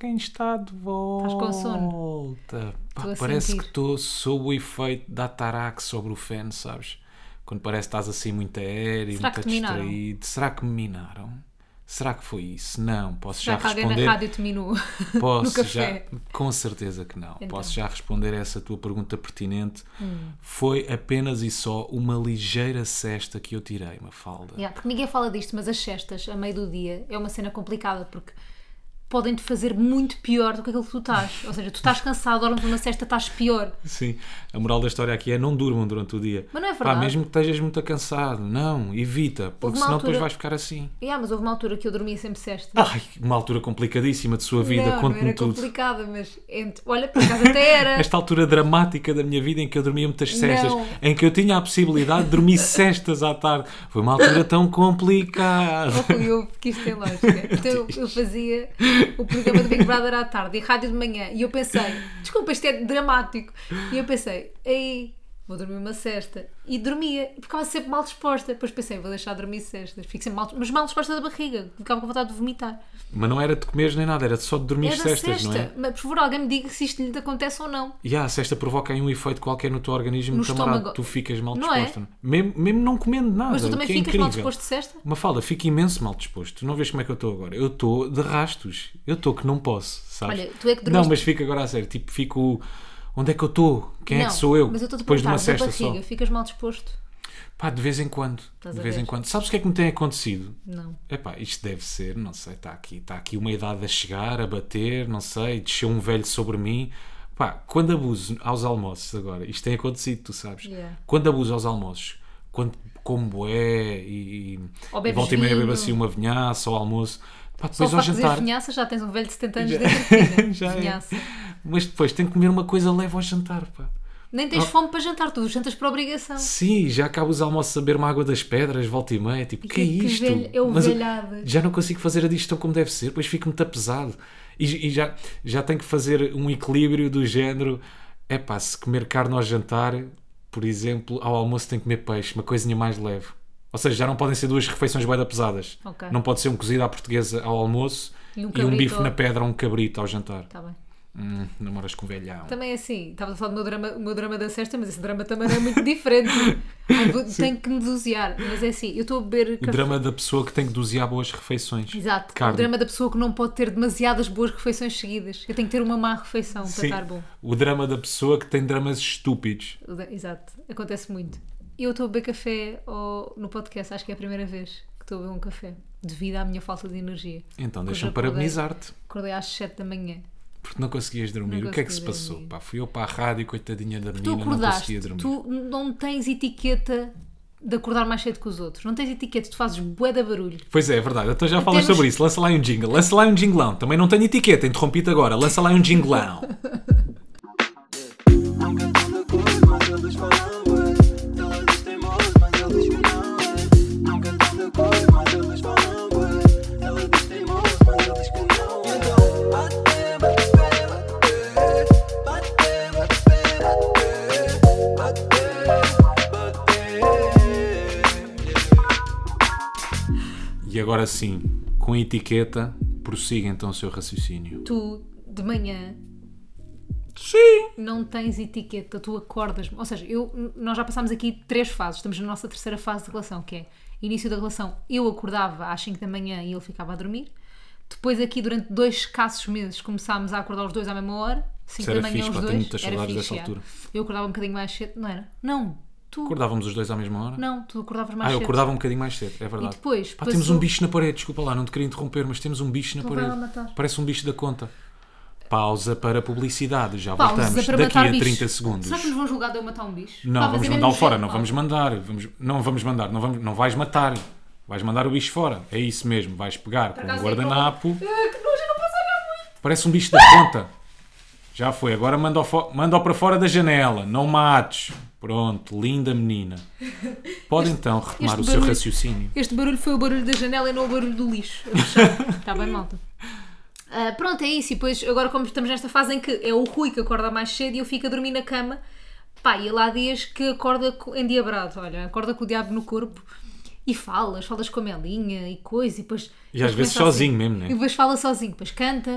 quem está de volta. com sono. Pá, Estou a parece sentir. que estou sob o efeito da Atarax sobre o feno, sabes? Quando parece que estás assim muito aéreo, Será muito que te minaram? distraído. Será que me minaram? Será que foi isso? Não, posso Já já que alguém responder. na rádio te minou no Posso já, café. com certeza que não. Então. Hum. Posso já responder a essa tua pergunta pertinente. Foi apenas e só uma ligeira cesta que eu tirei, uma falda. Yeah, porque ninguém fala disto, mas as cestas, a meio do dia, é uma cena complicada porque podem-te fazer muito pior do que aquilo que tu estás. Ou seja, tu estás cansado, dormes uma cesta, estás pior. Sim, a moral da história aqui é não durmam durante o dia. Mas não é verdade. Pá, mesmo que estejas muito cansado, não, evita, Houve porque uma senão altura- depois vais ficar assim. Yeah, mas houve uma altura que eu dormia sempre cesta. Ai, uma altura complicadíssima de sua Ah, vida, não, não conte-me era tudo. complicada, mas entre- olha, por acaso até era. Esta altura dramática da minha vida em que eu dormia muitas cestas, Não. em que eu tinha a possibilidade de dormir cestas à tarde, foi uma altura tão complicada. Oh, Rui, eu, porque isto tem lógica. Então eu, eu fazia o programa do Big Brother à tarde e rádio de manhã. E eu pensei, desculpa, isto é dramático. E eu pensei, ei, vou dormir uma cesta. E dormia, e ficava sempre mal disposta. Depois pensei, vou deixar de dormir cestas. Fico sempre mal, mas mal disposta da barriga, ficava com vontade de vomitar. Mas não era de comer nem nada, era só de dormir Era cestas, não é? cesta. Mas por favor, alguém me diga se isto lhe acontece ou não. E ah, a cesta provoca aí um efeito qualquer no teu organismo, No camarada, estômago. tu ficas mal Não é? disposta. Mesmo, mesmo não comendo nada. Mas tu o também que é ficas mal incrível. disposto de cesta? Uma falda, fico imenso mal disposto. Tu não vês como é que eu estou agora? Eu estou de rastos. Eu estou que não posso, sabes? Olha, tu é que dormiste- Não, mas fico agora a sério. Tipo, fico. Onde é que eu estou? Quem é Não, que sou eu? Mas eu estou a Depois de uma perguntar, da cesta só. barriga, ficas mal disposto? Pá, de vez em quando. a de vez ver? em quando. Sabes o que é que me tem acontecido? Não. Epá, isto deve ser, não sei, está aqui, está aqui uma idade a chegar, a bater, não sei, desceu um velho sobre mim. Pá, quando abuso aos almoços agora, isto tem acontecido, tu sabes. Yeah. Quando abuso aos almoços, quando como bué e, Ou e bebes volta e meia bebo vinho. assim uma vinhaça ao almoço, pá, Só depois o ao facto de dizer jantar. vinhaça, já tens um velho de 70 anos Já- dentro de né? cantina. Já é. Vinhaça. Mas depois tenho que comer uma coisa leve ao jantar, pá. Nem Oh. tens fome para jantar, tu jantas por obrigação. Sim, já acabo os almoços a beber uma água das pedras, volta e meia, tipo, que, é que isto? velho- é o Mas eu- velhado. já não consigo fazer a digestão como deve ser, depois fico muito apesado. E, e já, já tenho que fazer um equilíbrio do género, é pá, se comer carne ao jantar, por exemplo, ao almoço tenho que comer peixe, uma coisinha mais leve. Ou seja, já não podem ser duas refeições bem pesadas. Ok. Não pode ser um cozido à portuguesa ao almoço E um e um cabrito bife ao- na pedra ou um cabrito ao jantar. Está Tá bem. Hum, namoras com velhão. Também é assim, estava a falar do meu drama, o meu drama da cesta, mas esse drama também não é muito diferente. Ai, vou- tenho que me dosear. Mas é assim, eu estou a beber O café. drama da pessoa que tem que dosear boas refeições. Exato, o Carne. drama da pessoa que não pode ter demasiadas boas refeições seguidas. Eu tenho que ter uma má refeição para Sim, estar bom. O drama da pessoa que tem dramas estúpidos. O da- Exato, acontece muito. Eu estou a beber café ao- no podcast, acho que é a primeira vez que estou a beber um café, devido à minha falta de energia. Então Cuja deixa-me poder- parabenizar-te, Acordei às 7 da manhã. porque não conseguias dormir. Não o que é que se consegui passou? dormir. Pá, fui eu para a rádio, coitadinha da Tu menina, não acordaste, conseguia dormir. tu não tens etiqueta de acordar mais cedo que os outros. Não tens etiqueta, tu fazes bué de barulho. Pois é, é verdade. Então já falas Temos- sobre isso. Lança lá um jingle. Lança lá um jinglão. Também não tenho etiqueta, interrompi-te agora. Lança lá um jinglão. Nunca tão de acordo, mas eles falam, ué. Eles têm moço, mas eles que não, ué. Nunca tão de acordo, mas eles falam, ué. Eles têm moço, mas eles que não, ué. Então, bate, bate, bate, bate. Bate, bate, bate, bate, bate. e agora sim, com etiqueta, prossiga então o seu raciocínio. Tu, de manhã, Sim. não tens etiqueta, tu acordas. Ou seja, eu, nós já passámos aqui três fases, estamos na nossa terceira fase de relação, que é início da relação. Eu acordava às 5 da manhã e ele ficava a dormir. Depois, aqui, durante dois escassos meses, começámos a acordar os dois à mesma hora. 5 Isso da era manhã, fixe, os pá, dois. tenho muitas Era saudades fixe, dessa já. altura. Eu acordava um bocadinho mais cedo, não era? Não, tu. Acordávamos os dois à mesma hora? Não, tu acordavas mais Ah, eu cedo. acordava um bocadinho mais cedo, é verdade. E depois, Pá, temos passou- um bicho na parede, desculpa lá, não te queria interromper, mas temos um bicho na Então vai parede. lá matar. Parece um bicho da conta. Pausa para publicidade, já Pausa voltamos para daqui matar a 30 bichos. segundos. Será que nos vão julgar de eu matar um bicho? Não, Pá, mas vamos é mandá-lo mesmo fora, jeito, não pá. vamos mandar, vamos, não vamos mandar, não, vamos, não vais matar, vais mandar o bicho fora, é isso mesmo, vais pegar com um acaso é guardanapo, Ah, que nojo, eu não posso olhar muito. parece um bicho da conta. Já foi, agora manda-o fo- manda-o para fora da janela, não mates. Pronto, linda menina. Pode então retomar este o seu barulho- raciocínio. Este barulho foi o barulho da janela e não o barulho do lixo. a fechar. Está Tá bem, malta. Ah, pronto, é isso. E depois, agora como estamos nesta fase em que é o Rui que acorda mais cedo e eu fico a dormir na cama, pá, e ele há dias que acorda co- endiabrado, olha, acorda com o diabo no corpo e falas, falas com a Melinha e coisa, e depois... E às depois assim, vezes começa sozinho mesmo, né? E depois fala sozinho, depois canta,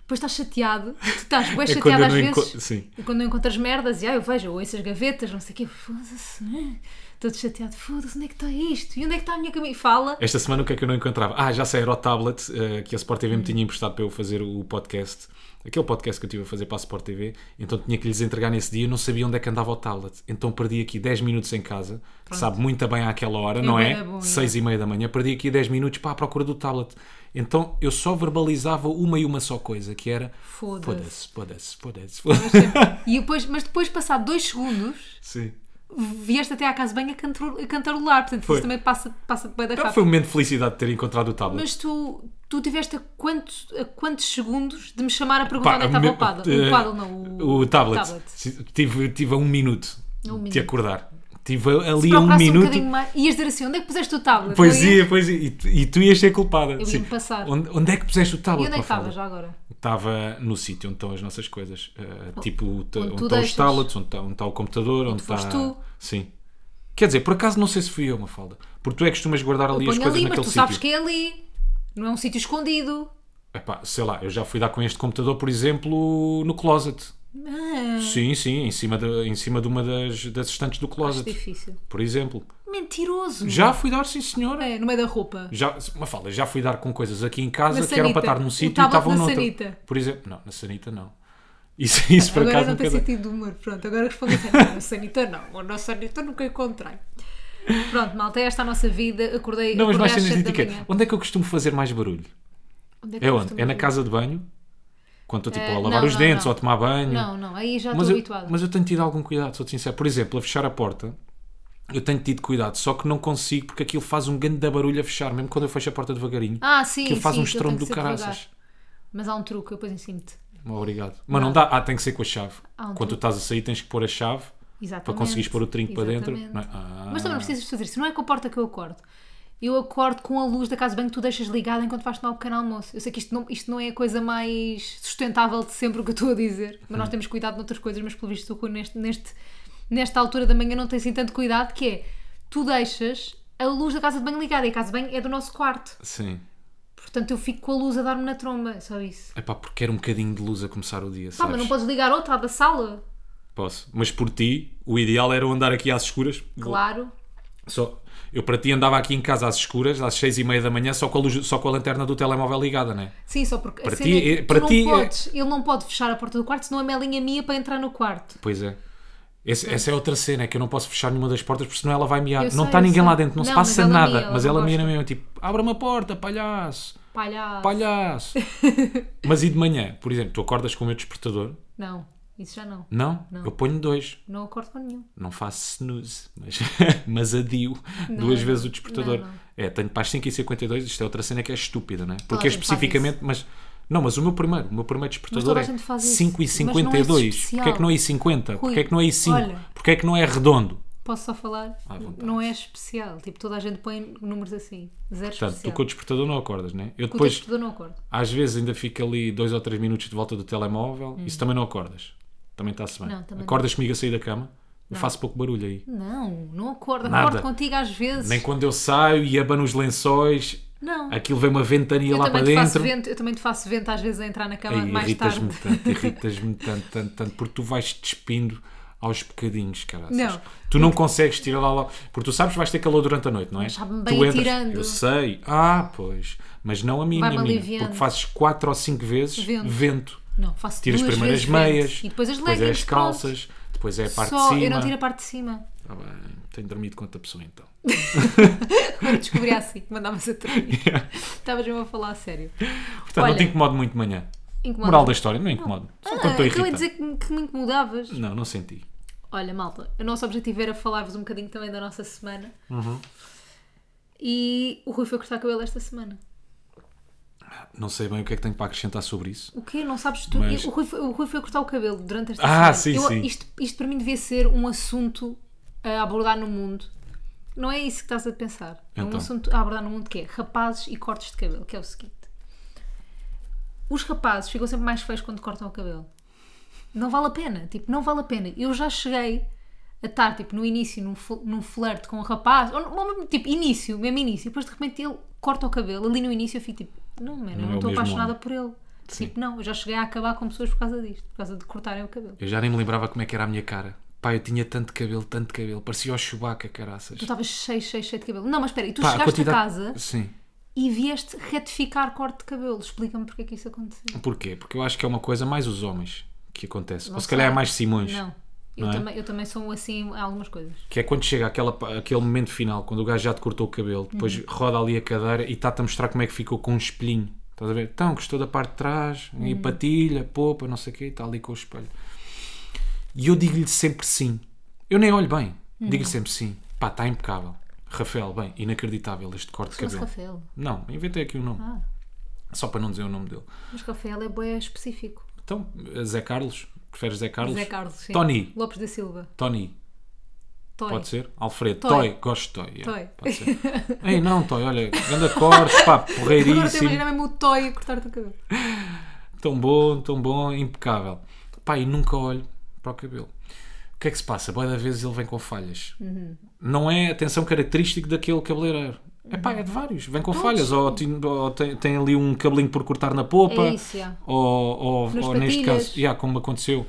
depois depois estás chateado, tu estás bem É quando chateado eu às não vezes. enco- sim. E quando não encontras merdas, e ah, eu vejo, eu ouço as gavetas, não sei o quê, foda-se, né? todo chateado, foda-se, onde é que está isto? E onde é que está a minha camisa? E fala, Esta semana o que é que eu não encontrava? Ah, já sei, era o tablet eh, que a Sport TV me tinha emprestado para eu fazer o podcast. Aquele podcast que eu tive a fazer para a Sport TV. Então tinha que lhes entregar nesse dia. Eu não sabia onde é que andava o tablet. Então perdi aqui 10 minutos em casa. que Sabe muito bem àquela hora, não bué é? bom, é. 6 e meia da manhã. Perdi aqui 10 minutos para a procura do tablet. Então eu só verbalizava uma e uma só coisa, que era... Foda-se. Foda-se, foda-se, foda-se. foda-se." e depois, mas depois, passado dois segundos, Sim. vieste até à casa bem a, cantor, a cantarolar, portanto, Foi. isso também passa, passa bem da Então, rápido. foi um momento de felicidade de ter encontrado o tablet. Mas tu, tu tiveste a quantos, a quantos segundos de me chamar a Pá, perguntar onde é que meu- estava o paddle? eh, O paddle não, o, o tablet. Sim, Tive, tive a um minuto A um de minuto. te acordar. Tive a- ali a um Procuraste um, minuto. bocadinho mais, ias dizer assim, onde é que puseste o tablet? pois Não ia, pois ia. E, tu- e tu ias ser culpada. Eu ia-me passar. Onde, onde é que puseste o E tablet? onde é que Mafalda? estava já agora? Estava no sítio onde estão as nossas coisas. Uh, tipo, o ta- onde onde, estão tu os deixas. tablets, onde está, onde está o computador, onde, foste está. tu. Sim. Quer dizer, por acaso não sei se fui eu, Mafalda. Porque tu é que costumas guardar ali as Põe coisas ali, mas naquele tu sabes é- sítio. que é ali. Não é um sítio escondido. Epá, sei lá, eu já fui dar com este computador, por exemplo, no closet. Ah, Sim, sim, em cima de, em cima de uma das, das estantes do acho closet. é difícil. Uhum. Por exemplo. Mentiroso. Já fui dar, sim senhora. É, no meio da roupa. Já, uma fala, já fui dar com coisas aqui em casa Na que eram sanita. para estar num O sítio e tablet estavam na noutro. sanita. Por exemplo, não, na sanita não. Isso, isso por agora acaso não tem nunca dá. sentido de humor. Pronto, agora respondo assim. Não, sanita não. O nosso sanita nunca encontrei. Pronto, malta, é esta a nossa vida. Acordei, Não, mas mais acordei às cenas de sete da etiqueta. manhã. Onde é que eu costumo fazer mais barulho? Onde que É eu onde? costumo É na ir? casa de banho? Quando estou tipo Eh, a lavar não, os não, dentes não. ou a tomar banho? Não, não, aí já mas estou eu, habituada. mas eu tenho tido algum cuidado, sou sincero. Por exemplo, a fechar a porta, eu tenho tido cuidado, só que não consigo porque aquilo faz um grande barulho a fechar, mesmo quando eu fecho a porta devagarinho. Ah, sim, aquilo faz sim, um aquilo tem estrondo que do ser devagar. caraças. Mas há um truque, eu depois ensino-te. Obrigado. Mas não dá. Ah, tem que ser com a chave. Ah, um Quando tu truque. estás a sair, tens que pôr a chave Exatamente. para conseguires pôr o trinco para dentro. Exatamente. Não é? Ah. Mas também não precisas fazer isso. Não é com a porta que eu acordo. Eu acordo com a luz da casa bem que tu deixas ligada enquanto vais tomar o pequeno almoço. Eu sei que isto não, isto não é a coisa mais sustentável de sempre o que eu estou a dizer. Mas nós temos cuidado noutras coisas, mas pelo visto o Rui neste, neste, nesta altura da manhã não tem assim tanto cuidado, que é tu deixas a luz da casa de banho ligada e a casa de banho é do nosso quarto. Sim. Portanto, eu fico com a luz a dar-me na tromba, só isso. É pá, porque quero um bocadinho de luz a começar o dia, Pá, sabes? Ah, mas não podes ligar outra à da sala? Posso. Mas por ti, o ideal era eu andar aqui às escuras. Vou- Claro. Só... Eu para ti andava aqui em casa às escuras, às seis e meia da manhã, só com a, luz- só com a lanterna do telemóvel ligada, não é? Sim, só porque a Para cena ti é que é- tu para não ti é- podes, ele não pode fechar a porta do quarto, senão é a melinha mia para entrar no quarto. Pois é. Esse- essa é outra cena, é que eu não posso fechar nenhuma das portas porque senão ela vai miar. Eu não sei, está eu ninguém sei. lá dentro, não, se Não, mas passa ela nada. mia, ela mas ela não mira gosta. mesmo, tipo, abre uma porta, palhaço, Palhaço. palhaço. mas e de manhã, por exemplo, tu acordas com o meu despertador? Não, isso já não. Não? Não. Eu ponho dois. Não acordo com nenhum. Não faço snooze, mas, mas adio duas não. vezes o despertador. Não, não. É, tenho para as 5h52, isto é outra cena que é estúpida, não é? Toda Porque a é gente faz especificamente, mas. Não, mas o meu primeiro, o meu primeiro Mas despertador toda a é gente faz isso. 5h52. Mas não é especial. Porquê é que não é I50? Porquê é que não é I5? olha. Porquê é que não é redondo? Posso só falar? À vontade. não é especial. Tipo, toda a gente põe números assim. Zero Portanto, tu especial. com o despertador não acordas, né? Eu Com o teu depois, despertador não acordo. às vezes, ainda fico ali dois ou três minutos de volta do telemóvel. Isso também não acordas. Também está-se bem. Hum. Não, também não. acordas comigo a sair da cama? Eu faço pouco barulho aí. Não, não acordo. Nada. Acordo contigo às vezes. Nem quando eu saio e abano os lençóis, Não. aquilo vem uma ventania Eu lá para também, te faço dentro. vento, eu também te faço vento às vezes a entrar na cama Aí mais tarde. irritas-me tanto, irritas-me tanto, tanto, tanto, porque tu vais despindo aos bocadinhos, caraças. Não. Tu não consegues tirar lá, lá, porque tu sabes que vais ter calor durante a noite, não é? Mas sabe-me tu bem entras, tirando. eu sei, ah, pois, mas não a minha, Vai-me a minha, aliviando. porque fazes quatro ou cinco vezes vento. Vento. Não, faço Tiras duas primeiras vezes meias, vento. E depois as é leggings, as calças, depois é a pronto. parte Só de cima. eu não tiro a parte de cima. Ah, bem, tenho dormido com outra pessoa então. Agora descobri assim, que mandavas a treino. Estavas mesmo a falar a sério. Portanto, não Olha. te incomodo muito de manhã. Incomoda. Moral da história, não incomodo. Só Ah, quando estou então ia irritado. dizer que me, que me incomodavas. Não, não senti. Olha, malta, o nosso objetivo era falar-vos um bocadinho também da nossa semana. Uhum. E o Rui foi cortar cabelo esta semana. Não sei bem o que é que tenho para acrescentar sobre isso. O quê? Não sabes tu? Mas- O, Rui foi, o Rui foi cortar o cabelo durante esta semana. Ah, sim, Eu- sim. Isto, isto para mim devia ser um assunto a abordar no mundo. Não é isso que estás a pensar. É um Então. assunto a abordar no mundo que é rapazes e cortes de cabelo, que é o seguinte. Os rapazes ficam sempre mais feios quando cortam o cabelo. Não vale a pena, tipo, não vale a pena. Eu já cheguei a estar, tipo, no início num, fl- num flerte com um rapaz, ou, ou mesmo, tipo, início, mesmo início, depois de repente ele corta o cabelo, ali no início eu fico tipo, não, mano, eu Não é não o estou mesmo apaixonada homem. por ele. Sim. Tipo, não, eu já cheguei a acabar com pessoas por causa disto, por causa de cortarem o cabelo. Eu já nem me lembrava como é que era a minha cara. Pá, eu tinha tanto cabelo, tanto cabelo. Parecia o Chewbacca, caraças. Tu estavas cheio, cheio, cheio de cabelo. Não, mas espera, e Então, tu Pá, chegaste a casa Sim. e vieste retificar corte de cabelo. Explica-me porque é que isso aconteceu. Porquê? Porque eu acho que é uma coisa mais os homens que acontece. Ou Não se calhar sei. é mais Simões. Não. Eu, Não é? também, eu também sou assim em algumas coisas. Que é quando chega aquela, pa- aquele momento final, quando o gajo já te cortou o cabelo, depois Uhum. roda ali a cadeira e está-te a mostrar como é que ficou com um espelhinho. Estás a ver? Então, gostou da parte de trás, e Uhum. patilha, popa, não sei o quê, está ali com o espelho. E eu digo-lhe sempre sim. Eu nem olho bem. Uhum. Digo-lhe sempre sim. Pá, está impecável. Rafael, bem, inacreditável este corte de Mas cabelo. Rafael. Não, inventei aqui o nome. Ah, Só para não dizer o nome dele. mas Rafael é bem específico. Então, Zé Carlos. Preferes Zé Carlos? Zé Carlos, sim. Tony. Lopes da Silva. Tony. Toy. Pode ser? Alfredo. Toy. Toy. Gosto de Toy. yeah. Toy. Pode ser. Ei, não, Toy. Olha, grande corte, pá, Agora estou a porreiríssimo. imaginar é mesmo o Toy a cortar-te o cabelo. Tão bom, tão bom, impecável. Pá, e nunca olho para o cabelo. O que é que se passa? Boa da vez ele vem com falhas. Uhum. Não é, atenção, característico daquele cabeleireiro. É pá, é de vários. Vem com falhas. Ou, tem, ou tem- tem ali um cabelinho por cortar na popa. É isso, já. Ou, ou- Nas ou neste patilhas. caso, já, como aconteceu.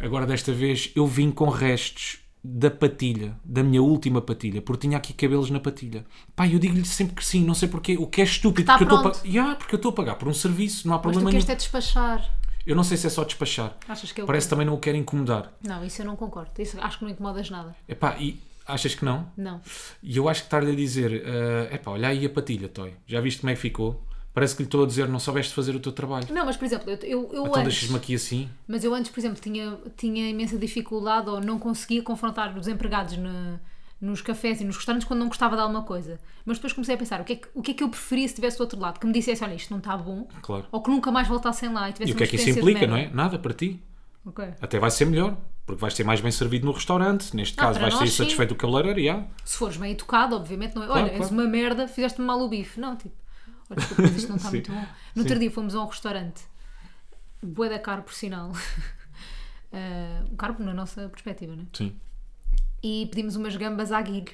Agora, desta vez, eu vim com restos da patilha, da minha última patilha, porque tinha aqui cabelos na patilha. Pá, eu digo-lhe sempre que sim, não sei porquê. O que é estúpido, Tá porque eu, estou a, pronto. pa- Ya, porque eu estou a pagar por um serviço, não há Mas tu problema nenhum. queres é despachar. Eu não sei se é só despachar. Achas que é o Parece quê? também não o quero incomodar. Não, isso eu não concordo. Isso acho que não incomodas nada. Epá, e achas que não? Não. E eu acho que estar-lhe a dizer: eh, epá, olha aí a patilha, Toy. Já viste como é que ficou? Parece que lhe estou a dizer: não soubeste fazer o teu trabalho. Não, mas por exemplo, eu, eu, eu Então antes. deixas-me aqui assim. Mas eu antes, por exemplo, tinha, tinha imensa dificuldade ou não conseguia confrontar os empregados na- nos cafés e nos restaurantes quando não gostava de alguma coisa. Mas depois comecei a pensar o que é que, o que, é que eu preferia se estivesse do outro lado? Que me dissesse, olha, isto não está bom. Claro. Ou que nunca mais voltassem lá e tivesse E o uma que é que isso experiência de implica, não é? merda. Nada para ti. Ok. Até vai ser melhor, porque vais ser mais bem servido no restaurante. Neste Ah, caso, para vais nós, sair sim. satisfeito do cabeleireiro. Yeah. Se fores bem educado, obviamente, não é? Claro, olha, és claro. uma merda, fizeste-me mal o bife. Não, tipo, olha, desculpa, mas isto não está Sim, muito bom. No outro sim. dia fomos a um restaurante, bué da caro, por sinal. Ah, caro na nossa perspectiva, não é? Sim. e pedimos umas gambas à guilho.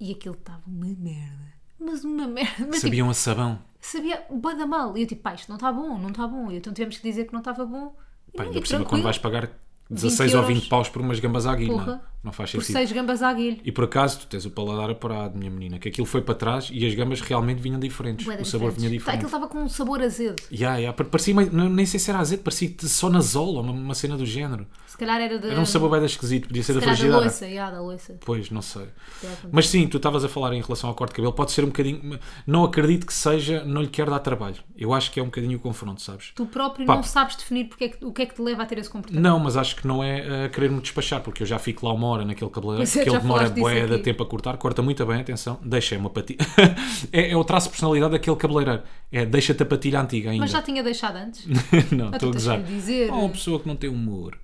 E aquilo estava uma merda. Mas uma merda. Mas Sabiam a sabão. tipo, sabia bué da mal. E eu tipo, pá, isto não está bom, não está bom. E então tivemos que dizer que não estava bom. E Pá, não, ainda e por cima, tranquilo, quando vais pagar 16 ou 20 20 paus por umas gambas à guilha, não, Porra. não faz por sentido. seis gambas à guilho. E por acaso tu tens o paladar apurado, minha menina, que aquilo foi para trás e as gambas realmente vinham diferentes. Bué da o sabor diferentes. vinha Tá, diferente. Aquilo estava com um sabor azedo. Ya, ya, pa- Parecia, mais- não- nem sei se era azeite, parecia t- só nazola, uma, uma cena do género. Se calhar era da. Era um sabor bem esquisito, podia ser É. se da calhar da frigideira. louça, É. yeah, da louça. Pois, não sei. calhar acontece. Mas sim, tu estavas a falar em relação ao corte de cabelo, pode ser um bocadinho. Não acredito que seja, não lhe quero dar trabalho. Eu acho que é um bocadinho o confronto, sabes? Tu próprio Pá. não sabes definir porque é que- o que é que te leva a ter esse comportamento. Não, mas acho que não é a querer-me despachar, porque eu já fico lá uma hora naquele cabeleireiro, Pois é, que ele já demora falaste disso bué de aqui. tempo a cortar, corta muito bem, atenção, deixa é uma patilha. é, é o traço de personalidade daquele cabeleireiro. É, deixa-te a patilha antiga ainda. Mas já tinha deixado antes. não, estou a tens gozar. que lhe dizer. Oh, uma pessoa que não tem humor.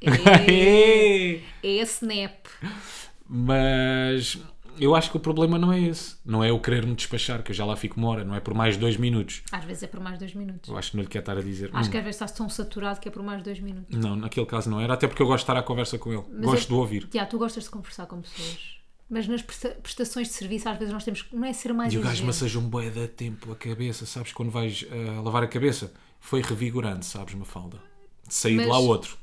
é, Ei! é a snap. Mas eu acho que o problema não é esse. Não é eu querer-me despachar, que eu já lá fico uma hora, não é por mais dois minutos. Às vezes é por mais dois minutos. Eu acho que não lhe quer estar a dizer. Acho "Hum, que às vezes estás tão saturado que é por mais dois minutos. Não, naquele caso não era, até porque eu gosto de estar à conversa com ele. Mas é gosto eu- de ouvir. Já, tu gostas de conversar com pessoas. Mas nas presta- prestações de serviço, às vezes nós temos que. Não é ser mais. E o gajo exigente. massaja um bué de tempo a cabeça, sabes? Quando vais ah, lavar a cabeça, foi revigorante, sabes, Mafalda? Saí Mas- de lá outro.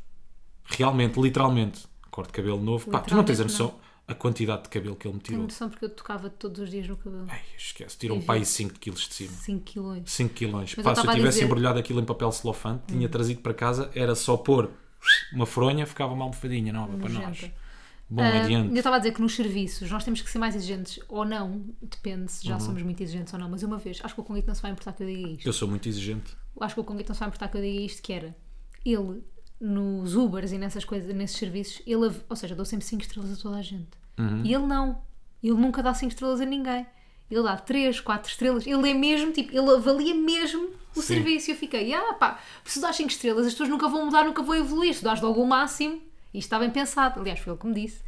Realmente, literalmente. Corte de cabelo novo. Pá, tu não tens a Literalmente, noção a quantidade de cabelo que ele me Tenho tirou. noção é porque eu tocava todos os dias no cabelo. Ai, esquece. Tirou um pai 5 quilos de cima. 5 quilos. 5 quilões. Mas eu Pá, se estava eu a tivesse dizer- Hum. embrulhado aquilo em papel celofane, tinha trazido para casa, era só pôr uma fronha, ficava uma almofadinha nova para nós. Nojenta. Bom, Ah, eu adiante. estava a dizer que nos serviços nós temos que ser mais exigentes ou não, depende se já Uhum. somos muito exigentes ou não. Mas uma vez, acho que o Conguito não se vai importar que eu diga isto. Eu sou muito exigente. Acho que o então Conguito não se vai importar que eu diga isto: que era ele, nos Ubers e nessas coisas, nesses serviços, ele, av- ou seja, dou sempre 5 estrelas a toda a gente. E ele não. Ele nunca dá 5 estrelas a ninguém. Ele dá 3, 4 estrelas. Ele é mesmo, tipo, ele avalia mesmo o Sim. serviço. E eu fiquei, ah pá, se tu dás 5 estrelas, as pessoas nunca vão mudar, nunca vão evoluir. Se tu dás logo o máximo, isto está bem pensado. Aliás, foi ele que me disse.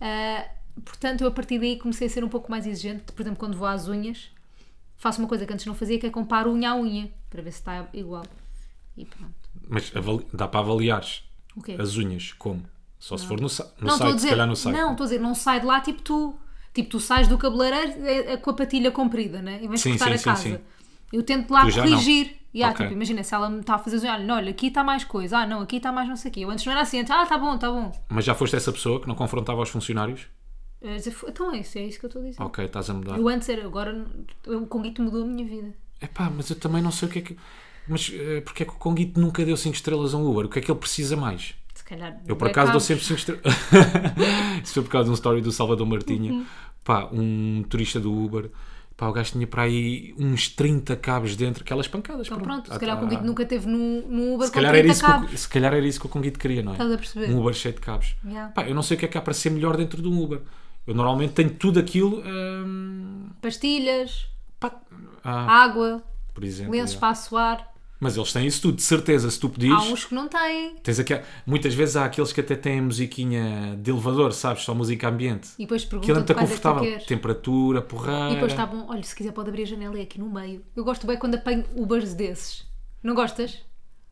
Ah, portanto, eu a partir daí comecei a ser um pouco mais exigente. Por exemplo, quando vou às unhas, faço uma coisa que antes não fazia, que é comparo unha a unha, para ver se está igual. E pronto. Mas avali- dá para avaliares O quê? as unhas, como? Só se for no, sa- no não, estou a site, se dizer, calhar no site. Não, estou a dizer, não sai de lá tipo tu. Tipo, tu sais é, do cabeleireiro eh, eh, com a patilha comprida, né? E vens Sim, cortar sim, a sim, casa. sim. Eu tento lá Tu já não. corrigir. E há, Ok. tipo, imagina, se ela me está a fazer assim, olha, olha, aqui está mais coisa, ah, não, aqui está mais não sei o quê. Eu antes não era assim, antes, ah, tá bom, tá bom. Mas já foste essa pessoa que não confrontava os funcionários? Eu dizia, "F- Então é isso, é isso que eu estou a dizer. Ok, estás a mudar. Eu antes era, agora n- o Conguito mudou a minha vida. Epá, mas eu também não sei o que é que. Mas eh, porque é que o Conguito nunca deu 5 estrelas a um Uber? O que é que ele precisa mais? Se calhar. é Eu por bué acaso dou cabos. sempre 5 estrelas. Isso foi por causa de um story do Salvador Martinha. Uhum. Pá, um motorista do Uber. Pá, o gajo tinha para aí uns 30 cabos dentro, aquelas pancadas. Então pronto, se Ah, calhar o tá. Conguito nunca teve num, num Uber Se com calhar, era 30 isso que cabos. o, se calhar era isso que o Conguito queria, não é? Estás a perceber? Um Uber cheio de cabos. Yeah. Pá, eu não sei o que é que há para ser melhor dentro de um Uber. Eu normalmente tenho tudo aquilo. hum, Pastilhas, pá, ah, água, por exemplo. lenços yeah. para assoar. Mas eles têm isso tudo, de certeza. Se tu pedires. Há uns que não têm. Tens aqua- Muitas vezes há aqueles que até têm musiquinha de elevador, sabes? Só música ambiente. E depois Aquilo é muito perguntam-te quais é que tu confortável. queres. Temperatura, porrada. E depois tá- está bom, olha, se quiser pode abrir a janela é aqui no meio. Eu gosto bem quando apanho Ubers desses. Não gostas?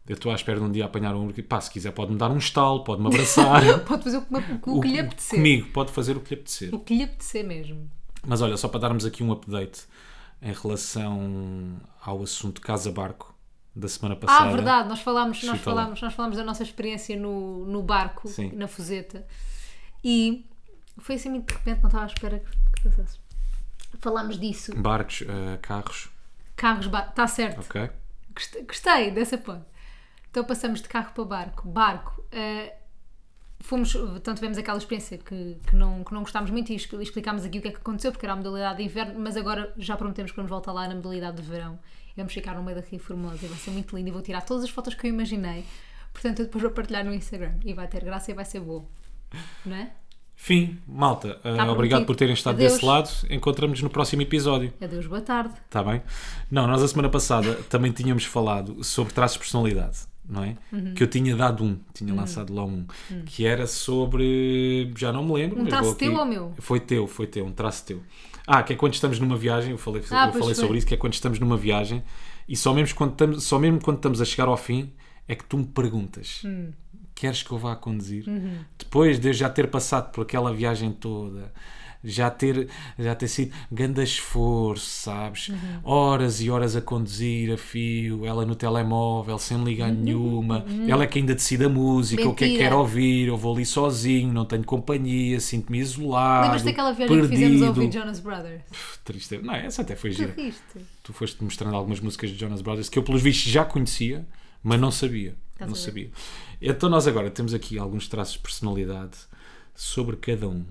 Eu estou à espera de um dia apanhar um. Pá, se quiser, pode-me dar um estalo, pode-me abraçar. Pode fazer o que, o que- o que lhe apetecer. Comigo, pode fazer o que lhe apetecer. O que lhe apetecer mesmo. Mas olha, só para darmos aqui um update em relação ao assunto casa-barco da semana Ah, passada. verdade, nós falámos, nós Chuta lá. falámos, nós falámos da nossa experiência no, no barco, Sim. na fuseta. E foi assim muito de repente, não estava à espera que que passasses. Falámos disso. Barcos, eh, carros, Carros, barco. Está certo. ok? Gost- Gostei dessa ponte. Então passamos de carro para barco. Barco. eh, fomos, então tivemos aquela experiência que, que, não, que não gostámos muito e expl- explicámos aqui o que é que aconteceu, porque era a modalidade de inverno, mas agora já prometemos que vamos voltar lá na modalidade de verão. E vamos ficar no meio da Ria Formosa e vai ser muito lindo e vou tirar todas as fotos que eu imaginei. Portanto, eu depois vou partilhar no Instagram e vai ter graça e vai ser bom. Não é? Fim, malta, eh, prometido. obrigado por terem estado Tá Adeus. desse lado. Encontramos-nos no próximo episódio. Adeus, boa tarde. Está bem? Não, nós a semana passada também tínhamos falado sobre traços de personalidade, não é? Uhum. Que eu tinha dado um, tinha lançado lá um, que era sobre. Já não me lembro. Um mas traço vou aqui- teu ou meu? Foi teu, foi teu, um traço teu. Ah, que é quando estamos numa viagem, eu falei, Ah, eu pois falei foi. sobre isso, que é quando estamos numa viagem e só mesmo quando estamos, só mesmo quando estamos a chegar ao fim é que tu me perguntas. Hum. Queres que eu vá a conduzir? Uhum. Depois de eu já ter passado por aquela viagem toda, já ter, já ter sido grande esforço, sabes? Uhum. Horas e horas a conduzir a fio, ela no telemóvel, sem ligar nenhuma, ela é que ainda decide a música, o que é que Uhum. Mentira. quer ouvir, eu vou ali sozinho, não tenho companhia, sinto-me isolado. Lembras-te daquela viagem que fizemos ao Ah, perdido. ouvir Jonas Brothers? Pff, Triste. Não, essa até foi Tu gira. riste. Tu foste mostrando algumas músicas de Jonas Brothers que eu, pelos vistos, já conhecia, mas não sabia. Estás não a ver? sabia. Então, nós agora temos aqui alguns traços de personalidade sobre cada um.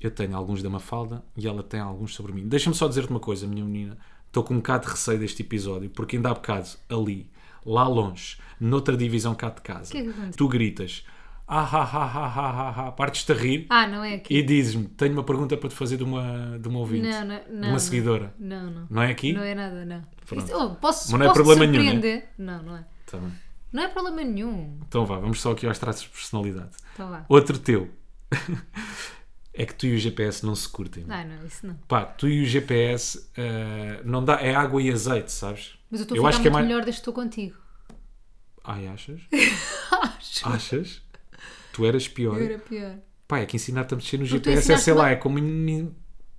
Eu tenho alguns da Mafalda e ela tem alguns sobre mim. Deixa-me só dizer-te uma coisa, minha menina. Estou com um bocado de receio deste episódio, porque ainda há bocado, ali, lá longe, noutra divisão cá de casa, Que é que aconteceu? tu gritas ah, ah, ah, ah, ah, ah, ah, partes-te a rir Ah, não é aqui. e dizes-me: tenho uma pergunta para te fazer de uma, de uma ouvinte, Não, não, de não, uma não. seguidora. Não, não. Não é aqui? Não é nada, não. Pronto. Isso- oh, posso, Mas não é posso problema nenhum, surpreender? Não, não é. Tá bem. Não é problema nenhum. Então vá, vamos só aqui aos traços de personalidade. Então vá. Outro teu é que tu e o GPS não se curtem. Ai, não, isso não. Pá, tu e o GPS ah, não dá, é água e azeite, sabes? Mas eu estou a ficar é muito melhor desde que estou contigo. Ai, achas? Acho. Achas? Tu eras pior. Era pior. Pá, é que ensinar-te a mexer no tu GPS é, sei ensinaste-me lá, é como em-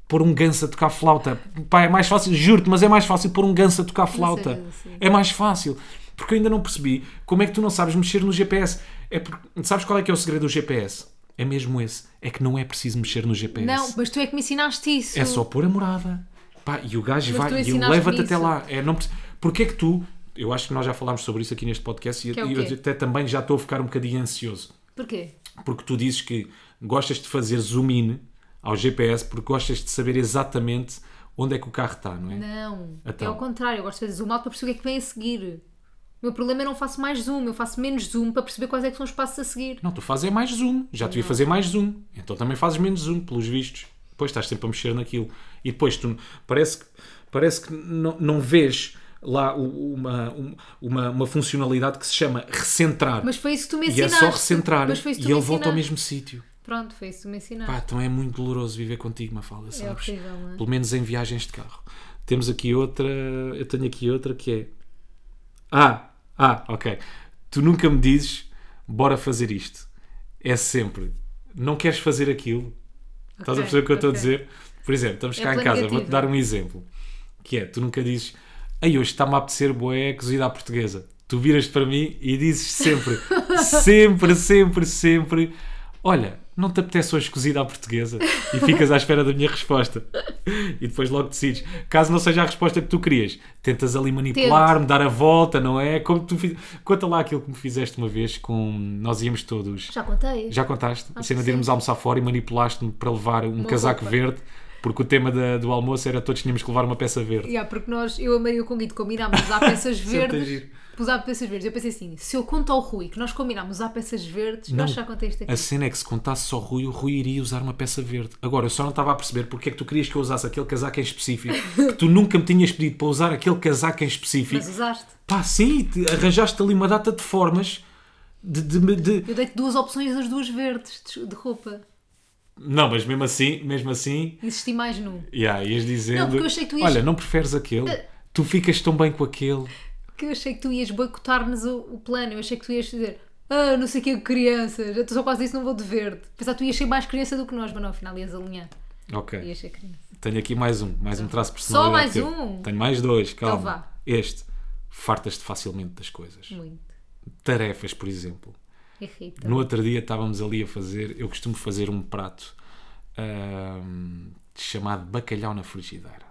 pôr um ganso a tocar flauta. Pá, é mais fácil, juro-te, mas é mais fácil pôr um ganso a tocar flauta. eu sei. É mais fácil. Porque eu ainda não percebi como é que tu não sabes mexer no GPS. É porque, sabes qual é que é o segredo do GPS? É mesmo esse. É que não é preciso mexer no GPS. Não, mas tu é que me ensinaste isso. É só pôr a morada. Pá, e o gajo Mas tu vai e ele ensinaste-me leva-te até isso. lá. É, não preci- Porquê é que tu... Eu acho que nós já falámos sobre isso aqui neste podcast e Que é o eu quê? até também já estou a ficar um bocadinho ansioso Porquê? porque tu dizes que gostas de fazer zoom in ao GPS porque gostas de saber exatamente onde é que o carro está, não é? Não. Então. É ao contrário. Eu gosto de fazer zoom out para perceber o que é que vem a seguir. O meu problema é não faço mais zoom. Eu faço menos zoom para perceber quais é que são os passos a seguir. Não, tu fazes é mais zoom, já devia fazer mais zoom, então também fazes menos zoom, pelos vistos. Depois estás sempre a mexer naquilo. E depois tu parece que, parece que não, não vês lá u- uma, um- uma, uma funcionalidade que se chama recentrar. Mas foi isso que tu me e é ensinaste. só recentrar Mas foi e isso que tu ele me volta ao ensinaste. mesmo sítio. Pronto, foi isso que tu me ensinaste. Pá, então é muito doloroso viver contigo, Mafalda, sabes? horrível, não é? Pelo menos em viagens de carro. Temos aqui outra, eu tenho aqui outra que é. Ah, ah, ok. Tu nunca me dizes, bora fazer isto. É sempre, não queres fazer aquilo. Estás a Ok, perceber o que eu estou a ok. dizer? Por exemplo, estamos É cá em casa, planeativo. vou-te dar um exemplo. Que é, tu nunca dizes, Aí hoje está-me a apetecer boé cozida à portuguesa. Tu viras para mim e dizes sempre, sempre, sempre, sempre: Olha, não te apetece hoje cozida à portuguesa? E ficas à espera da minha resposta. E depois logo decides. Caso não seja a resposta que tu querias, tentas ali manipular-me, dar a volta, não é? Como tu fiz... Conta lá aquilo que me fizeste uma vez com. Nós íamos todos. Já contei. Já contaste? A Acho cena que de irmos sim. almoçar fora e manipulaste-me para levar um casaco roupa. verde, porque o tema da- do almoço era todos tínhamos que levar uma peça verde. Yeah, porque nós, eu, a Maria e o Conguito combinámos usar peças Sempre tá verdes. giro. Usar peças verdes. Eu pensei assim: se eu conto ao Rui que nós combinámos usar peças verdes, Não. nós já contei isto aqui. A cena é que se contasse só Rui, o Rui iria usar uma peça verde. Agora, eu só não estava a perceber porque é que tu querias que eu usasse aquele casaco em específico, que tu nunca me tinhas pedido para usar aquele casaco em específico. Mas usaste. Pá, sim, te- arranjaste ali uma data de formas de. de- de- Eu dei-te duas opções das duas verdes de, de roupa. Não, mas mesmo assim, mesmo assim, Insisti mais num. yeah, ias dizendo. Não, porque eu achei que tu ias- Eh, Olha, não preferes aquele. Tu ficas tão bem com aquele. Que eu achei que tu ias boicotar-nos o, o plano. Eu achei que tu ias dizer. Ah, não sei o que, crianças. Eu só quase disse não vou de verde. Apesar que tu ias ser mais criança do que nós, mas não, afinal ias alinhar. Ok. Ias ser criança. Tenho aqui mais um, mais um traço de personalidade. mais teu. um? Tenho mais dois, calma. vá. Este. Fartas-te facilmente das coisas. Muito. Então, Tarefas, por exemplo. Irrita. No outro dia estávamos ali a fazer, eu costumo fazer um prato ahm, chamado bacalhau na frigideira.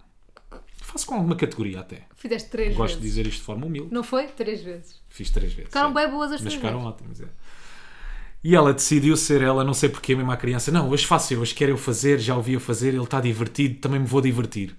Faço com alguma categoria até. Fizeste três Gosto de vezes. dizer isto de forma humilde. Não foi? Três vezes. Fiz três vezes. Ficaram é. bem boas as Mas três ficaram vezes. ótimas, é. E ela decidiu ser ela, não sei porquê, mesmo à criança. Não, hoje faço eu, hoje quero eu fazer, já ouvi eu fazer, ele está divertido, também me vou divertir.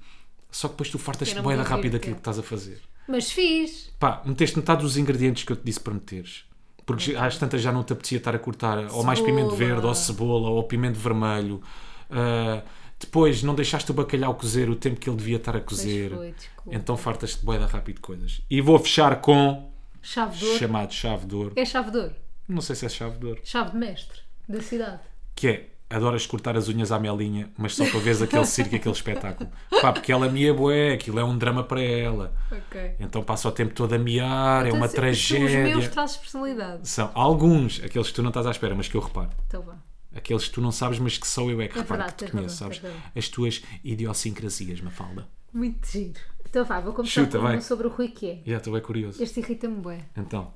Só que depois tu fartas-te Eu não me é. boeda vou rápido daquilo divertir. que estás a fazer. Mas fiz. Pá, meteste metade dos ingredientes que eu te disse para meteres. Porque às tantas já não te apetecia estar a cortar ou mais Cebola. pimento verde, ou cebola, ou pimento vermelho. Ah, depois não deixaste o bacalhau cozer o tempo que ele devia estar a cozer. foi, desculpa. então fartas-te de boeda rápido de coisas. E vou fechar com Chave de ouro. chamado chave de ouro. É chave de ouro. Não sei se é chave de ouro. Chave de mestre da cidade. Que é, adoras cortar as unhas à melinha, mas só para veres aquele circo, e aquele espetáculo. Pá, porque ela mia bué, aquilo é um drama para ela. Ok. Então passa o tempo todo a miar, é uma Então, assim, Os tragédia. meus traços de personalidade. São alguns, aqueles que tu não estás à espera, mas que eu reparo. Então vá. Aqueles que tu não sabes, mas que só eu é que É reparo, verdade, que te tens conheço, razão, sabes? tens razão. As tuas idiosincrasias, Mafalda. Muito giro. Então vá, vou começar Chuta, por vai. uma sobre o Rui que é. Já estou bem curioso. Este irrita-me bem. Então,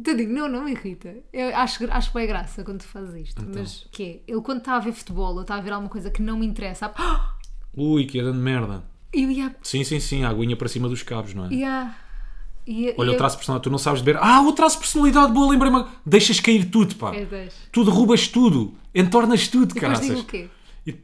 Te digo, não, não me irrita. Eu acho, gra- acho bem graça quando tu fazes isto. Então. Mas que é? Ele quando está a ver futebol ou está a ver alguma coisa que não me interessa, sabe? Ah! ui, que grande merda. eu ia. Sim, sim, sim, a aguinha para cima dos cabos, não é? ia, ia Olha, ia, o traço de personalidade, tu não sabes beber. Ah, o traço de personalidade, boa, lembrei-me. agora. Deixas cair tudo, pá. É, deixa. Tu derrubas tudo, entornas tudo, Depois caraças. digo o quê? E o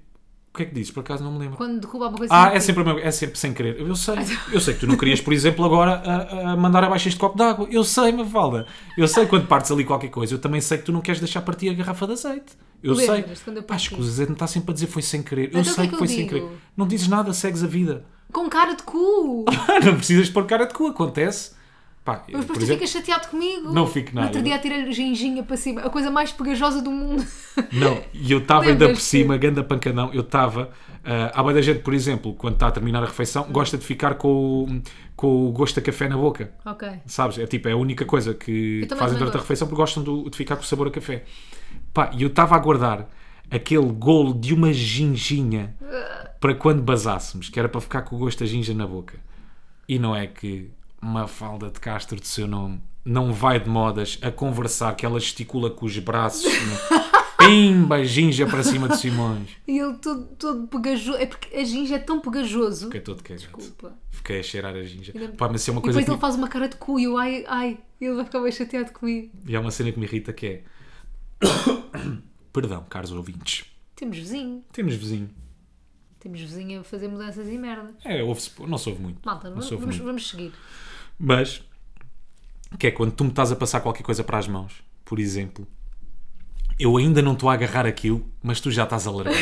que é que dizes? Por acaso não me lembro. Quando derruba alguma coisa. assim, Ah, não é sempre, a mesma- é sempre sem querer. Eu sei. Eu sei que tu não querias, por exemplo, agora a, a mandar abaixo este copo d'água. Eu sei, Mafalda. Eu sei quando partes ali qualquer coisa. Eu também sei que tu não queres deixar partir a garrafa de azeite. Eu sei. Lembras-te quando eu Pá, parti? escusas, é de me estar sempre a dizer foi sem querer. Eu Então o que sei é que, que foi eu sem digo? querer. Não dizes nada, segues a vida. Com cara de cu! Ah, não precisas pôr cara de cu, acontece. Pá, eu, Mas por depois tu exemplo, ficas chateado comigo. Não fico nada. No outro dia tirei a ginginha para cima, a coisa mais pegajosa do mundo. Não, e eu estava ainda por Lembras-te? cima, ganda pancadão, eu estava. ah, há bem da gente, por exemplo, quando está a terminar a refeição, gosta de ficar com o, com o gosto a café na boca. ok. Sabes? É tipo, é a única coisa que Eu fazem também também durante a gosto. refeição porque gostam do- de ficar com o sabor a café. Pá, e eu estava a guardar aquele golo de uma ginginha para quando basássemos, que era para ficar com o gosto da ginja na boca. E não é que uma falda de Castro de seu nome não vai de modas a conversar que ela gesticula com os braços. né? Pimba, ginja para cima de Simões. E ele todo, todo pegajoso. É porque a ginja é tão pegajoso. Fiquei todo cagado. Desculpa. Fiquei a cheirar a ginja. Ainda- Pá, mas isso é uma E coisa depois que... ele faz uma cara de cu e eu, ai, ai, ele vai ficar bem chateado comigo. E há uma cena que me irrita que é. Perdão, caros ouvintes. Temos vizinho. Temos vizinho. Temos vizinho a fazer mudanças e merda. É, ouve-se. Não se ouve muito. Malta, não vamos, se ouve vamos, muito. vamos seguir. Mas. Que é quando tu me estás a passar qualquer coisa para as mãos, por exemplo. Eu ainda não estou a agarrar aquilo, mas tu já estás a largar.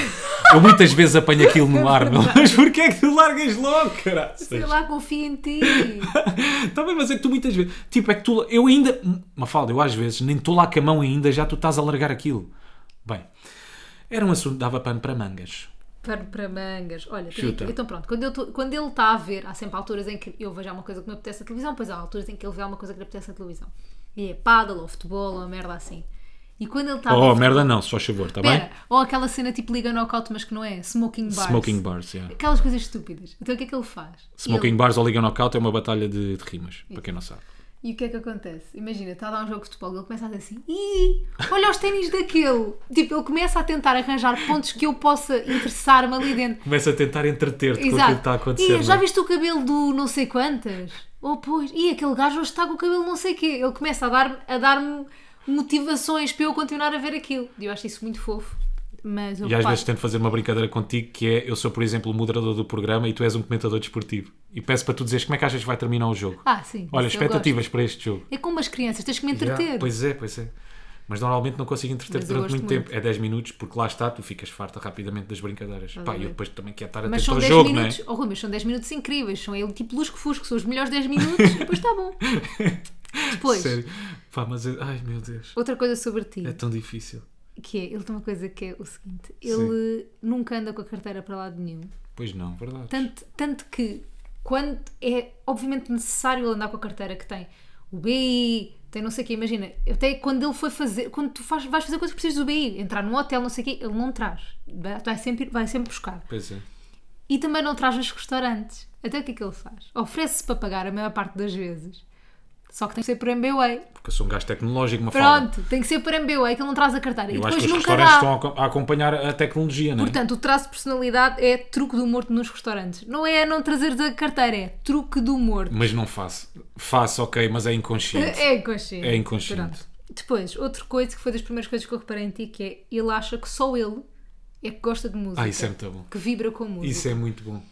Eu muitas vezes apanho aquilo no ar, meu. Mas porquê é que tu largas logo, caralho? Sei lá, confia em ti. Está bem, mas é que tu muitas vezes. Tipo, é que tu. Eu ainda. Mafalda, eu às vezes nem estou lá com a mão ainda, já tu estás a largar aquilo. Bem. Era um assunto que dava pano para mangas. Pano para mangas. Olha, tenho Chuta. aqui- então pronto, quando, eu tô- quando ele está a ver, há sempre alturas em que eu vejo alguma coisa que me apetece a televisão, depois há alturas em que ele vê alguma coisa que lhe apetece a televisão. E é paddle ou futebol ou merda assim. E quando ele estava. Oh, merda não, se faz favor, está bem? Pera, ou aquela cena tipo liga knockout, mas que não é, smoking bars. Smoking bars, yeah. Aquelas coisas estúpidas. Então o que é que ele faz? Smoking Ele- bars ou Liga Knockout é uma batalha de, de rimas, para quem não sabe. E o que é que acontece? Imagina, está a dar um jogo de futebol e ele começa a dizer assim: Ih, olha os ténis daquele. Tipo, ele começa a tentar arranjar pontos que eu possa interessar-me ali dentro. Começa a tentar entreter-te com aquilo que Exato. está a acontecer. Ih, não já é? viste o cabelo do não sei quantas? Ou pois, e aquele gajo hoje está com o cabelo não sei quê. Ele começa a dar-me a dar motivações para eu continuar a ver aquilo. E eu acho isso muito fofo. Mas eu E às paro. vezes tento fazer uma brincadeira contigo que é eu sou, por exemplo, o moderador do programa e tu és um comentador desportivo. E peço para tu dizeres como é que achas que vai terminar o jogo. Ah, sim. Olha, isso eu gosto. expectativas para este jogo. É como as crianças, tens que me entreter. Yeah, pois é, pois é. Mas normalmente não consigo entreter Mas eu durante gosto muito, tempo. É 10 minutos, porque lá está, tu ficas farta rapidamente das brincadeiras. Pá, eu depois também quero estar Tá Mas atento são ao 10 jogo, não é? minutos, oh, Rui, mas são 10 minutos incríveis, são ele tipo lusco-fusco, são os melhores 10 minutos e depois está bom. Depois, Sério. Pá, mas. eu- Ai meu Deus. outra coisa sobre ti, É tão difícil. que é, ele tem uma coisa que é o seguinte, ele nunca anda com a carteira para lado nenhum, Pois não, verdade. tanto, tanto que quando é obviamente necessário ele andar com a carteira que tem o BI, tem não sei o quê, imagina, até quando ele foi fazer, quando tu faz, vais fazer coisas que precisas do BI, entrar num hotel, não sei o quê, ele não traz, vai vai sempre, vai sempre buscar. Pois é. E também não traz nos restaurantes. Até o que é que ele faz? Oferece-se para pagar a maior parte das vezes. Só que tem que ser por MBWay. Porque eu sou um gajo tecnológico, uma fala. Pronto, tem que ser por MBWay que ele não traz a carteira. e Eu acho depois que os nunca restaurantes dá. estão a acom- a acompanhar a tecnologia, não é? Portanto, o traço de personalidade é truque do morto nos restaurantes. Não é não trazeres a carteira, é truque do morto. Mas não faço. Faço, ok, mas é inconsciente. É inconsciente. É inconsciente. Depois, outra coisa que foi das primeiras coisas que eu reparei em ti, que é ele acha que só ele é que gosta de música. Ah, isso é muito bom. Que vibra com música. Isso é muito bom.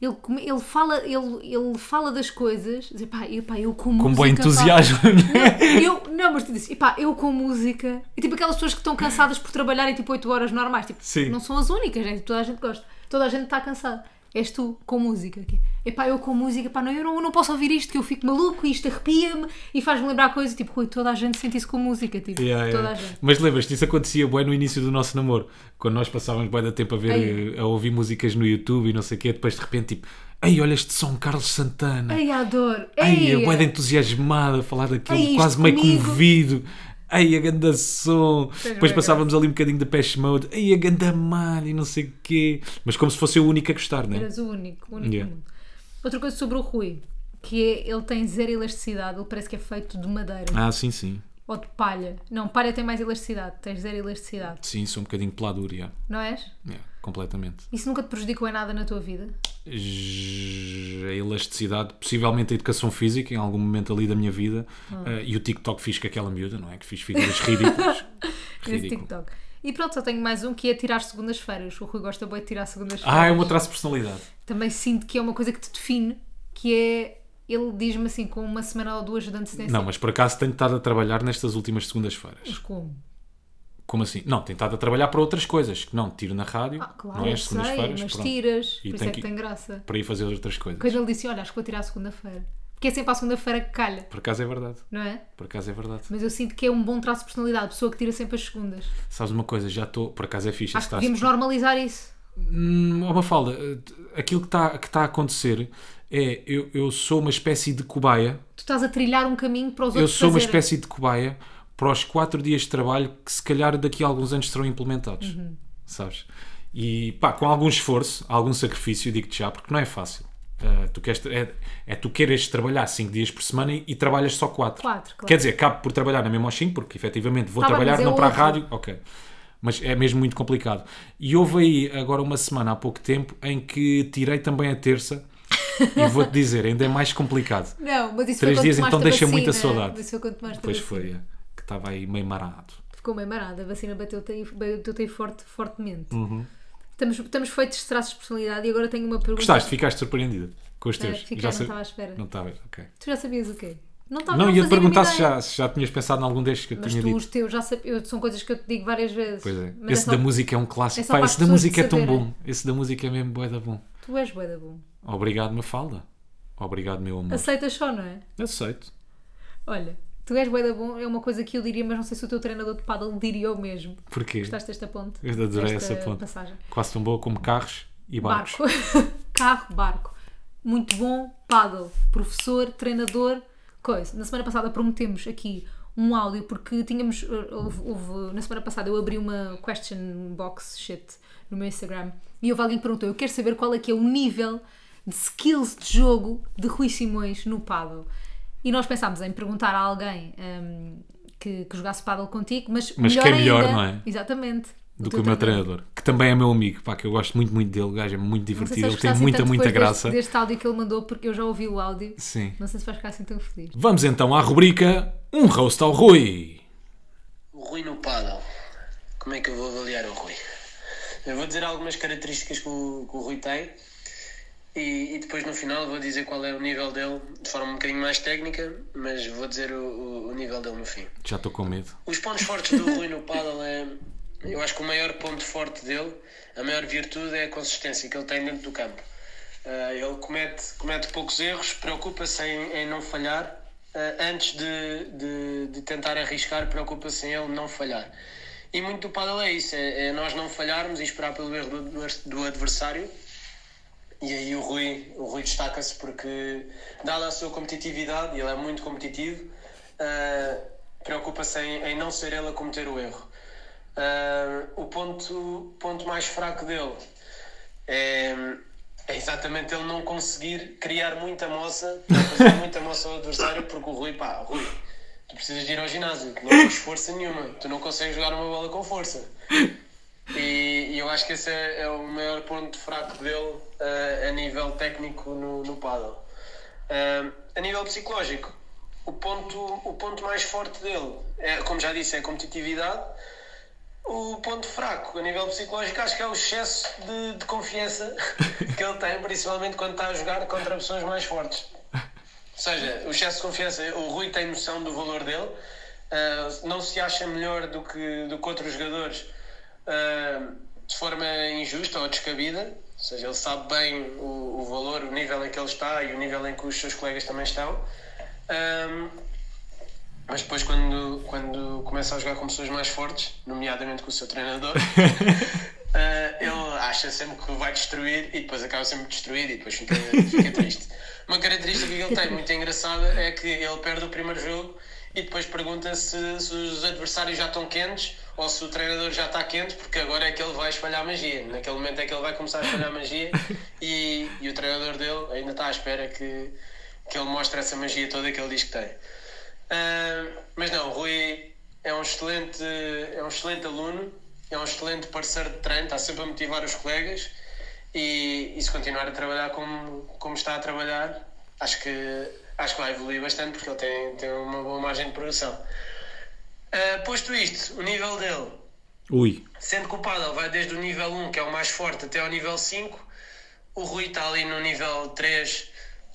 Ele, come- ele, fala, ele, ele fala das coisas, diz, pá, eu, pá, eu com, Com música. bom entusiasmo. é? Pá, eu, não, mas tu dizes, pá, eu com música. É tipo aquelas pessoas que estão cansadas por trabalharem tipo 8 horas normais. Tipo, Sim. não são as únicas, né? toda a gente gosta. Toda a gente está cansada. És tu, com música. É pá, eu com música, pá, não, eu não, eu não posso ouvir isto, que eu fico maluco, isto arrepia-me e faz-me lembrar coisas. Tipo, Rui, toda a gente sente isso com música. Tipo, Yeah, yeah. toda a gente. Mas lembras-te, isso acontecia bem no início do nosso namoro, quando nós passávamos bem da tempo a ver, Ei. eh, a ouvir músicas no YouTube e não sei o quê, depois de repente tipo, ei, olha este som, Carlos Santana, Ai, adoro. ei, eu Ai, é bué de entusiasmada a falar daquilo, Ei, isto quase meio comigo. é comovido, ei, a ganda som, depois bué passávamos ali um bocadinho de Pesh Mode, ei, a ganda malha e não sei o quê, mas como se fosse eu o único a gostar, não é? Eras o único, o único Yeah. no mundo. Outra coisa sobre o Rui, que é ele tem zero elasticidade, ele parece que é feito de madeira Ah, sim, sim, ou de palha. Não, palha tem mais elasticidade, tens zero elasticidade, sim, sou um bocadinho peladura, yeah. não és? Yeah, completamente. Isso nunca te prejudicou em nada na tua vida? J- a elasticidade, possivelmente a educação física, em algum momento ali da minha vida, Hum. eh, e o TikTok fiz com aquela miúda, não é? Que fiz figuras ridículas. Nesse Ridículo. TikTok. E pronto, só tenho mais um que é tirar segundas-feiras. O Rui gosta bem de tirar segundas-feiras. Ah, é uma traço de personalidade. Também sinto que é uma coisa que te define, que é. Ele diz-me assim, com uma semana ou duas de antecedência. Não, mas por acaso tenho estado a trabalhar nestas últimas segundas-feiras. Mas como? Como assim? Não, tenho estado a trabalhar para outras coisas, que não tiro na rádio, Ah, claro, não é eu as sei, segundas-feiras, mas pronto, tiras. E por isso tem é que que- tem graça. para ir fazer outras coisas. Quando ele disse, olha, acho que vou tirar a segunda-feira. Porque é sempre à segunda-feira que calha, Por acaso é verdade. não é? Por acaso é verdade. Mas eu sinto que é um bom traço de personalidade, pessoa que tira sempre as segundas. Sabes uma coisa, já estou. Por acaso é fixe Acho esse que traço. devíamos normalizar isso. Hum, ó Mafalda, eh, aquilo que está que tá a acontecer é eu, eu sou uma espécie de cobaia Tu estás a trilhar um caminho para os eu outros sou uma fazerem. espécie de cobaia para os quatro dias de trabalho que se calhar daqui a alguns anos serão implementados Uhum. sabes e pá com algum esforço algum sacrifício digo-te já porque não é fácil Ah, tu queres, é, é tu queres trabalhar 5 dias por semana e, e trabalhas só 4 Quatro, claro. quer dizer, acabo por trabalhar na mesma aos 5 porque efetivamente vou Tá bem, trabalhar, mas é não para a outro. rádio ok mas é mesmo muito complicado e houve aí agora uma semana há pouco tempo em que tirei também a terça e vou-te dizer, ainda é mais complicado Não, mas isso Três foi dias, quando então, tomaste a deixa muita vacina. saudade. Isso foi quando tomaste a Depois vacina. Então foi, é, que estava aí meio marado. Ficou meio marada, a vacina bateu-te aí, bateu-te aí forte, fortemente. Uhum. Estamos, estamos feitos de traços de personalidade e agora tenho uma pergunta. Gostaste? Ficaste surpreendida com os Ah, teus? fiquei, não sa- estava à espera. Não estavas, ok. Tu já sabias o quê? Não estava Não, a ia te fazer a perguntar minha se ideia. já, se já tinhas pensado em algum destes que eu Mas tinha tu, dito. os teus, já sabe, eu- são coisas que eu te digo várias vezes. Pois é. Mas Esse só- da música é um clássico. é só Pá, para esse as da pessoas música é tão saberem. bom. Esse da música é mesmo bué da bom. Tu és bué da bom. Obrigado, Mafalda. Obrigado, meu amor. Aceitas só, não é? Aceito. Olha, tu és bué da bom, é uma coisa que eu diria, mas não sei se o teu treinador de paddle diria o mesmo. Porquê? Gostaste desta ponte? Eu adorei Desta essa ponte. passagem. Quase tão boa como carros e barcos. Barco. Carro, barco. Muito bom, paddle. Professor, treinador, coisa. Na semana passada prometemos aqui um áudio, porque tínhamos. eh, Houve, houve- na semana passada eu abri uma question box shit no meu Instagram e houve alguém que perguntou: Eu quero saber qual é que é o nível de skills de jogo de Rui Simões no Paddle. E nós pensámos em perguntar a alguém hum, que, que jogasse Paddle contigo, mas, Mas melhor que é melhor, ainda- não é? Exatamente. do O que teu o meu treinador, que também é meu amigo, pá, que eu gosto muito, muito dele, o gajo é muito Não sei se divertido, vais ele gostar tem assim muita, tanto muita depois graça. Deste, deste áudio que ele mandou, porque eu já ouvi o áudio. Sim. Não sei se vais ficar assim tão feliz. Vamos então à rubrica Um Roast ao Rui. O Rui no paddle. Como é que eu vou avaliar o Rui? Eu vou dizer algumas características que o, que o Rui tem e, e depois no final vou dizer qual é o nível dele de forma um bocadinho mais técnica, mas vou dizer o, o- o nível dele no fim. Já estou com medo. Os pontos fortes do Rui no paddle é. Eu acho que o maior ponto forte dele, a maior virtude é a consistência que ele tem dentro do campo. Ah, ele comete, comete poucos erros, preocupa-se em, em não falhar. Ah, antes de, de, de tentar arriscar, preocupa-se em ele não falhar. E muito do paddle é isso: é, é nós não falharmos e esperar pelo erro do- do, ad- do adversário. E aí o Rui, o Rui destaca-se porque, dada a sua competitividade, ele é muito competitivo, ah, preocupa-se em, em não ser ele a cometer o erro. Ah, o ponto, ponto mais fraco dele é, é exatamente ele não conseguir criar muita moça, não fazer muita moça ao adversário, porque o Rui, pá, Rui, tu precisas de ir ao ginásio, tu não tens força nenhuma, tu não consegues jogar uma bola com força. E, e eu acho que esse é, é o maior ponto fraco dele eh, a nível técnico no, no paddle. Eh, a nível psicológico, o ponto, o ponto mais forte dele, é, como já disse, é a competitividade. O ponto fraco a nível psicológico acho que é o excesso de, de confiança que ele tem, principalmente quando está a jogar contra pessoas mais fortes. Ou seja, o excesso de confiança, o Rui tem noção do valor dele, ah, não se acha melhor do que, do que outros jogadores ah, de forma injusta ou descabida, ou seja, ele sabe bem o, o valor, o nível em que ele está e o nível em que os seus colegas também estão. Ah, mas depois, quando, quando começa a jogar com pessoas mais fortes, nomeadamente com o seu treinador, eh, ele acha sempre que vai destruir e depois acaba sempre destruído e depois fica, fica triste. Uma característica que ele tem muito engraçada é que ele perde o primeiro jogo e depois pergunta se, se os adversários já estão quentes ou se o treinador já está quente, porque agora é que ele vai espalhar magia. Naquele momento é que ele vai começar a espalhar magia e, e o treinador dele ainda está à espera que, que ele mostre essa magia toda que ele diz que tem. Uh, mas não, o Rui é um excelente, é um excelente aluno, é um excelente parceiro de treino, está sempre a motivar os colegas e, e se continuar a trabalhar como, como está a trabalhar, acho que, acho que vai evoluir bastante porque ele tem, tem uma boa margem de progressão. Uh, posto isto, o nível dele, Ui, sendo que o Paddle vai desde o nível 1, que é o mais forte, até ao nível 5, o Rui está ali no nível 3,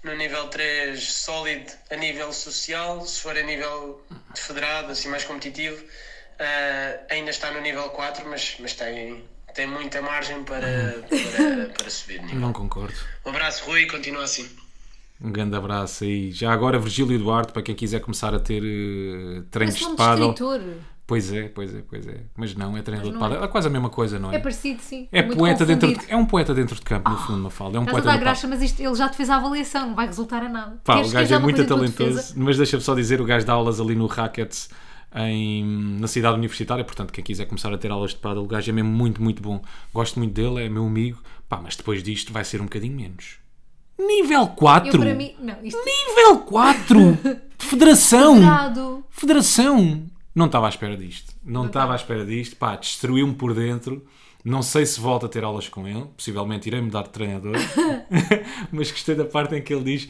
no nível 3 sólido a nível social, se for a nível de federado, assim mais competitivo, ah, ainda está no nível 4, mas, mas tem, tem muita margem para, para, para subir de nível. não concordo. Um abraço, Rui, continua assim. Um grande abraço aí. Já agora, Virgílio Duarte, para quem quiser começar a ter eh, treinos Parece um de nome paddle. de escritor. Pois é, pois é, pois é. Mas não, é treinador de Mas não paddle. É quase a mesma coisa, não é? É parecido, sim. É Muito poeta dentro confundido. de, é um poeta dentro de campo, no fundo, Mafalda. É um Estás a poeta dar do paddle. graxa, mas isto, ele já te fez a avaliação, não vai resultar a nada. Pá, Queres- o queres gajo é alguma muito coisa em tua talentoso, defesa? mas deixa-me só dizer, o gajo dá aulas ali no Rackets em, na cidade universitária, portanto, quem quiser começar a ter aulas de paddle, o gajo é mesmo muito, muito bom. Gosto muito dele, é meu amigo, pá, mas depois disto vai ser um bocadinho menos. Nível 4? Eu para mim. Não, isto é Nível 4? De federação! errado. Federação! Não estava à espera disto. Não tá. estava à espera disto. Pá, destruiu-me por dentro. Não sei se volto a ter aulas com ele. Possivelmente irei mudar de treinador. Mas gostei da parte em que ele diz.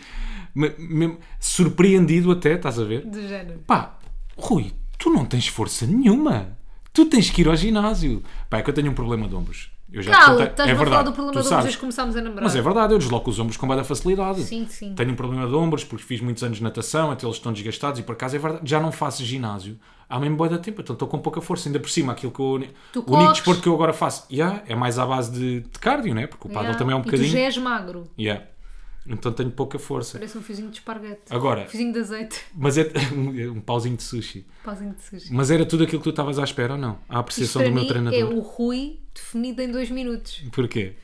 me- mesmo- surpreendido até, estás a ver? Do género. Pá, Rui, tu não tens força nenhuma. Tu tens que ir ao ginásio. Pá, é que eu tenho um problema de ombros. Eu já te Cala, contei- estás é a falar verdade, do problema tu de sabes. hoje começámos a namorar. Mas é verdade, eu desloco os ombros com muita facilidade. Sim, sim. Tenho um problema de ombros porque fiz muitos anos de natação, até eles estão desgastados e por acaso é verdade. Já não faço ginásio há mesmo boa da tempo, então estou com pouca força. Ainda por cima, aquilo que eu, Tu o corres. único desporto que eu agora faço yeah, é mais à base de, de cardio, né? Porque o paddle Yeah. também é um E tu já bocadinho. és magro, Yeah. Então tenho pouca força. parece um fiozinho de esparguete. Agora, Fiozinho de azeite, mas é um pauzinho de sushi. pauzinho de sushi. Mas era tudo aquilo que tu estavas à espera ou não? A Isto apreciação para do meu mim é treinador. o Rui definido em dois minutos. Porquê?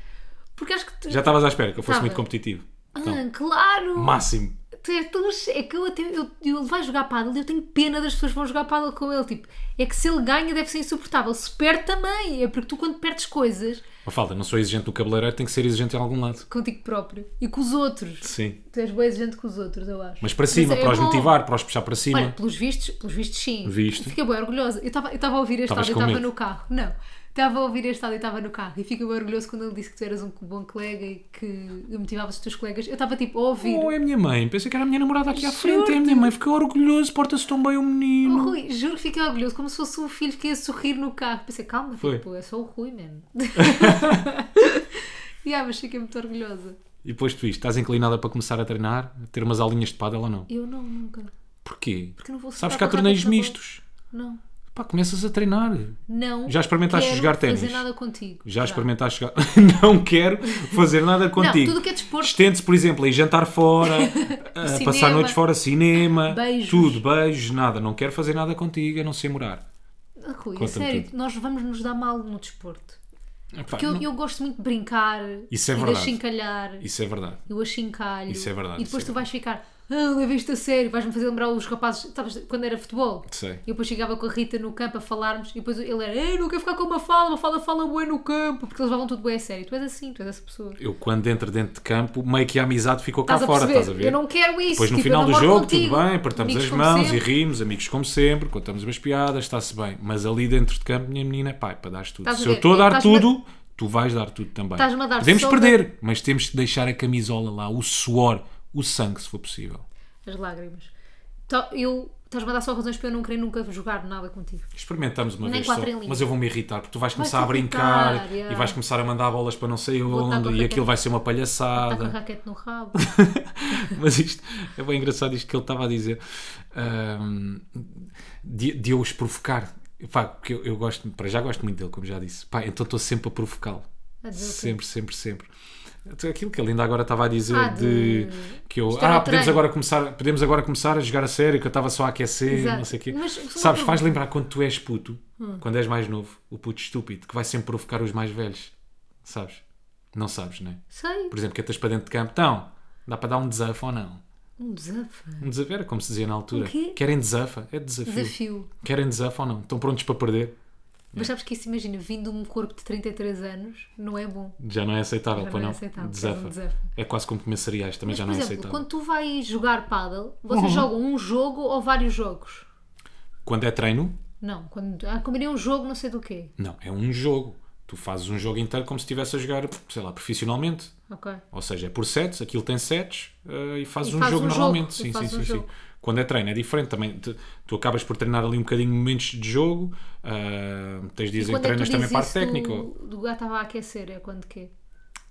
Porque acho que. tu- Já estavas à espera que eu fosse Tava. muito competitivo. Ah, Então, claro! máximo. tu és tão che- É que eu até. Eu, eu- ele vai jogar paddle e eu tenho pena das pessoas que vão jogar paddle com ele. Tipo, é que se ele ganha deve ser insuportável. Se perde também. É porque tu, quando perdes coisas Ó, falta, não sou exigente no cabeleireiro, tenho que ser exigente em algum lado. contigo próprio e com os outros. Sim. Tu és boa exigente com os outros, eu acho. Mas para cima, é para os bom. motivar, para os puxar para cima. Olha, pelos vistos, pelos vistos sim. Visto. Fiquei bem orgulhosa. Eu estava eu estava a ouvir este Estavas áudio, eu com estava medo. no carro. Não. Estava a ouvir este áudio, eu estava no carro. E fiquei bem orgulhoso quando ele disse que tu eras um bom colega e que motivavas os teus colegas. Eu estava tipo a ouvir. Oh, é a minha mãe. Pensei que era a minha namorada aqui à Juro-te. frente. É a minha mãe. Fiquei orgulhoso. Porta-se tão bem o O menino. Tipo, Rui, juro que fiquei orgulhoso, como se fosse um filho que ia sorrir no carro. Pensei, calma, Foi. filho, pô, é só o Rui mesmo. yeah, mas fiquei muito orgulhosa. E depois tu isto, estás inclinada para começar a treinar, a ter umas aulinhas de pádel ou não? Eu não, nunca. Porquê? Porque não vou Sabes soltar que há a barraca torneios da bola. mistos. Não. Pá, começas a treinar. Não. Já experimentaste quero jogar ténis? fazer nada contigo. Já experimentaste chegar. não quero fazer nada contigo. tudo o que é desporto. Estende-se, por exemplo, a ir jantar fora, a Cinema. passar noites fora, cinema, Beijos. tudo, beijos, nada. Não quero fazer nada contigo, a não ser morar. Ah, Rui, a Conta-me sério, tudo. nós vamos nos dar mal no desporto. Epá, Porque eu, não- eu gosto muito de brincar Isso é e de verdade. achincalhar. Isso é verdade. Eu achincalho. Isso é verdade, E depois isso é tu vais ficar, ah, levei isto a sério, vais-me fazer lembrar os rapazes, sabes, quando era futebol. Sei. E depois chegava com a Rita no campo a falarmos e depois ele era, ei, não quero ficar com uma fala, uma fala fala bué no campo, porque eles levavam tudo bué a sério. Tu és assim, tu és essa pessoa. Eu, quando entro dentro de campo, meio que a amizade ficou cá Estás a fora, perceber? estás a ver? Eu não quero isso. Depois no tipo, eu final do namoro jogo, contigo. tudo bem, apertamos Amigos as como mãos e sempre. rimos, amigos como sempre, contamos umas piadas, está-se bem. Mas ali dentro de campo, minha menina, pá, é para dar tudo. Estás a Se eu ver? estou a dar Estás-me a- tudo, tu vais dar tudo também. Estás-me a dar Podemos sopa. perder, mas temos que deixar a camisola lá, o suor, o sangue, se for possível. As lágrimas. Então, eu, estás-me a dar só razões para eu não querer nunca jogar nada contigo. Experimentamos uma Nem vez quatro só, em linha. mas eu vou me irritar, porque tu vais começar Vais-te a brincar irritar, yeah. e vais começar a mandar bolas para não sei estar com onde a e aquilo raquete- vai ser uma Está com a palhaçada. raquete no rabo. Mas isto é bem engraçado isto que ele estava a dizer Ahm, de, de eu os provocar. Pá, porque eu, eu gosto, para já gosto muito dele, como já disse. Pá, então estou sempre a provocá-lo. A dizer o quê? Sempre, sempre, sempre. Então, Aquilo que ele ainda agora estava a dizer Ah, de, de- que eu estar ah, ao podemos treino." agora, começar, podemos agora começar a jogar a sério, que eu estava só a aquecer, Exato. não sei o quê. Mas só uma Sabes, pergunta. Hum. faz lembrar quando tu és puto, quando és mais novo, o puto estúpido, que vai sempre provocar os mais velhos. Sabes? Não sabes, não é? Sei. Por exemplo, que estás para dentro de campo, então, dá para dar um desafio ou não? Um desafio. Um desafio era como se dizia na altura. O quê? Querem desafio? É desafio. Desafio. Querem desafio ou não? Estão prontos para perder? Mas sabes que isso, imagina, vindo de um corpo de 33 anos, não é bom. Já não é aceitável, Já pois não é não? aceitável, é Desafio. um desafio. É quase como comer cereais, também Mas, já por não é exemplo, aceitável. Uhum. quando tu vais jogar paddle, vocês jogam um jogo ou vários jogos? Quando é treino, Não, quando ah, combinei um jogo não sei do quê. não, é um jogo. Tu fazes um jogo inteiro como se estivesse a jogar, sei lá, profissionalmente. Ok. Ou seja, é por sets, aquilo tem sets eh, e fazes E um fazes jogo um jogo, normalmente. e Sim, sim, fazes sim, um sim. jogo. Quando é treino é diferente também. Tu, tu acabas por treinar ali um bocadinho momentos de jogo, ah, tens dias em que Quando é que tu treinas também dizes parte isso técnica. do, do gato estava a aquecer? É quando quê?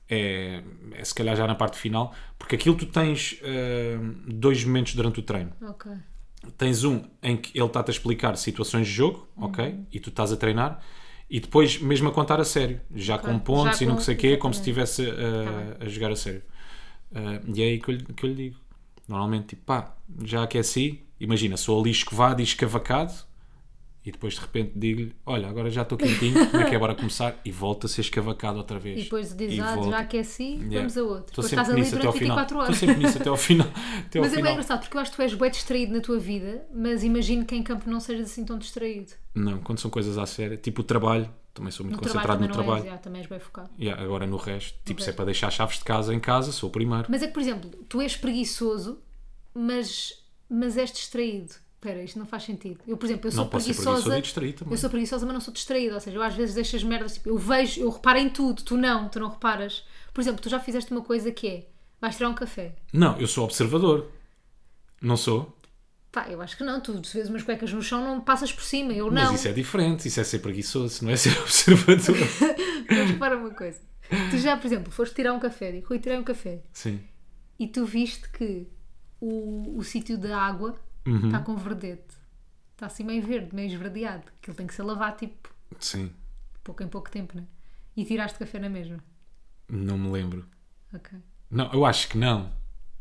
é, é se calhar já na parte final, porque aquilo tu tens eh, dois momentos durante o treino. Ok. Tens um em que ele está-te a explicar situações de jogo, Uhum. ok? E tu estás a treinar, e depois mesmo a contar a sério, já Ok. com pontos Já e não com- sei o quê, como se exatamente. Tá estivesse eh, a jogar a sério. Eh, e é aí que eu, lhe- que eu lhe digo. Normalmente, tipo, pá, já aqueci, imagina, sou ali escovado e escavacado, e depois de repente digo-lhe: Olha, agora já estou quentinho, como é que é? Bora começar, e volta a ser escavacado outra vez. E depois dizes, ah, volta. já aqueci, vamos a outro. Estou Depois sempre estás ali nisso até ao durante final. 24 Estou horas. sempre nisso até ao final. Até ao Mas é bem final. engraçado, porque eu acho que tu és bem distraído na tua vida, mas imagino que em campo não sejas assim tão distraído. Não, quando são coisas à séria, tipo o trabalho, também sou muito No trabalho concentrado também no não trabalho. és, já, também és bem focado. Yeah, agora no resto, tipo, se é resto. para deixar as chaves de casa em casa, sou o primeiro. Mas é que, por exemplo, tu és preguiçoso, mas, mas és distraído. Espera, isto não faz sentido. Eu, por exemplo, eu sou Não posso ser preguiçosa. preguiçoso e distraído também. eu sou preguiçosa, mas não sou distraída. Ou seja, eu às vezes deixo as merdas. Tipo, eu vejo, eu reparo em tudo, tu não, tu não reparas. Por exemplo, tu já fizeste uma coisa que é: vais tirar um café. Não, eu sou observador. Não sou? Pá, eu acho que não, tu se vês umas cuecas no chão, não passas por cima. Eu não. Mas isso é diferente, isso é ser preguiçoso, não é ser observador. é Mas repara uma coisa. Tu já, por exemplo, foste tirar um café, digo, Rui, tirei um café. Sim. E tu viste que o, o sítio da água Uhum. está com verdete. Está assim meio verde, meio esverdeado. Que ele tem que ser lavado, tipo, Sim. pouco em pouco tempo, né? E tiraste café na mesma. Não me lembro. Ok. Não, eu acho que não.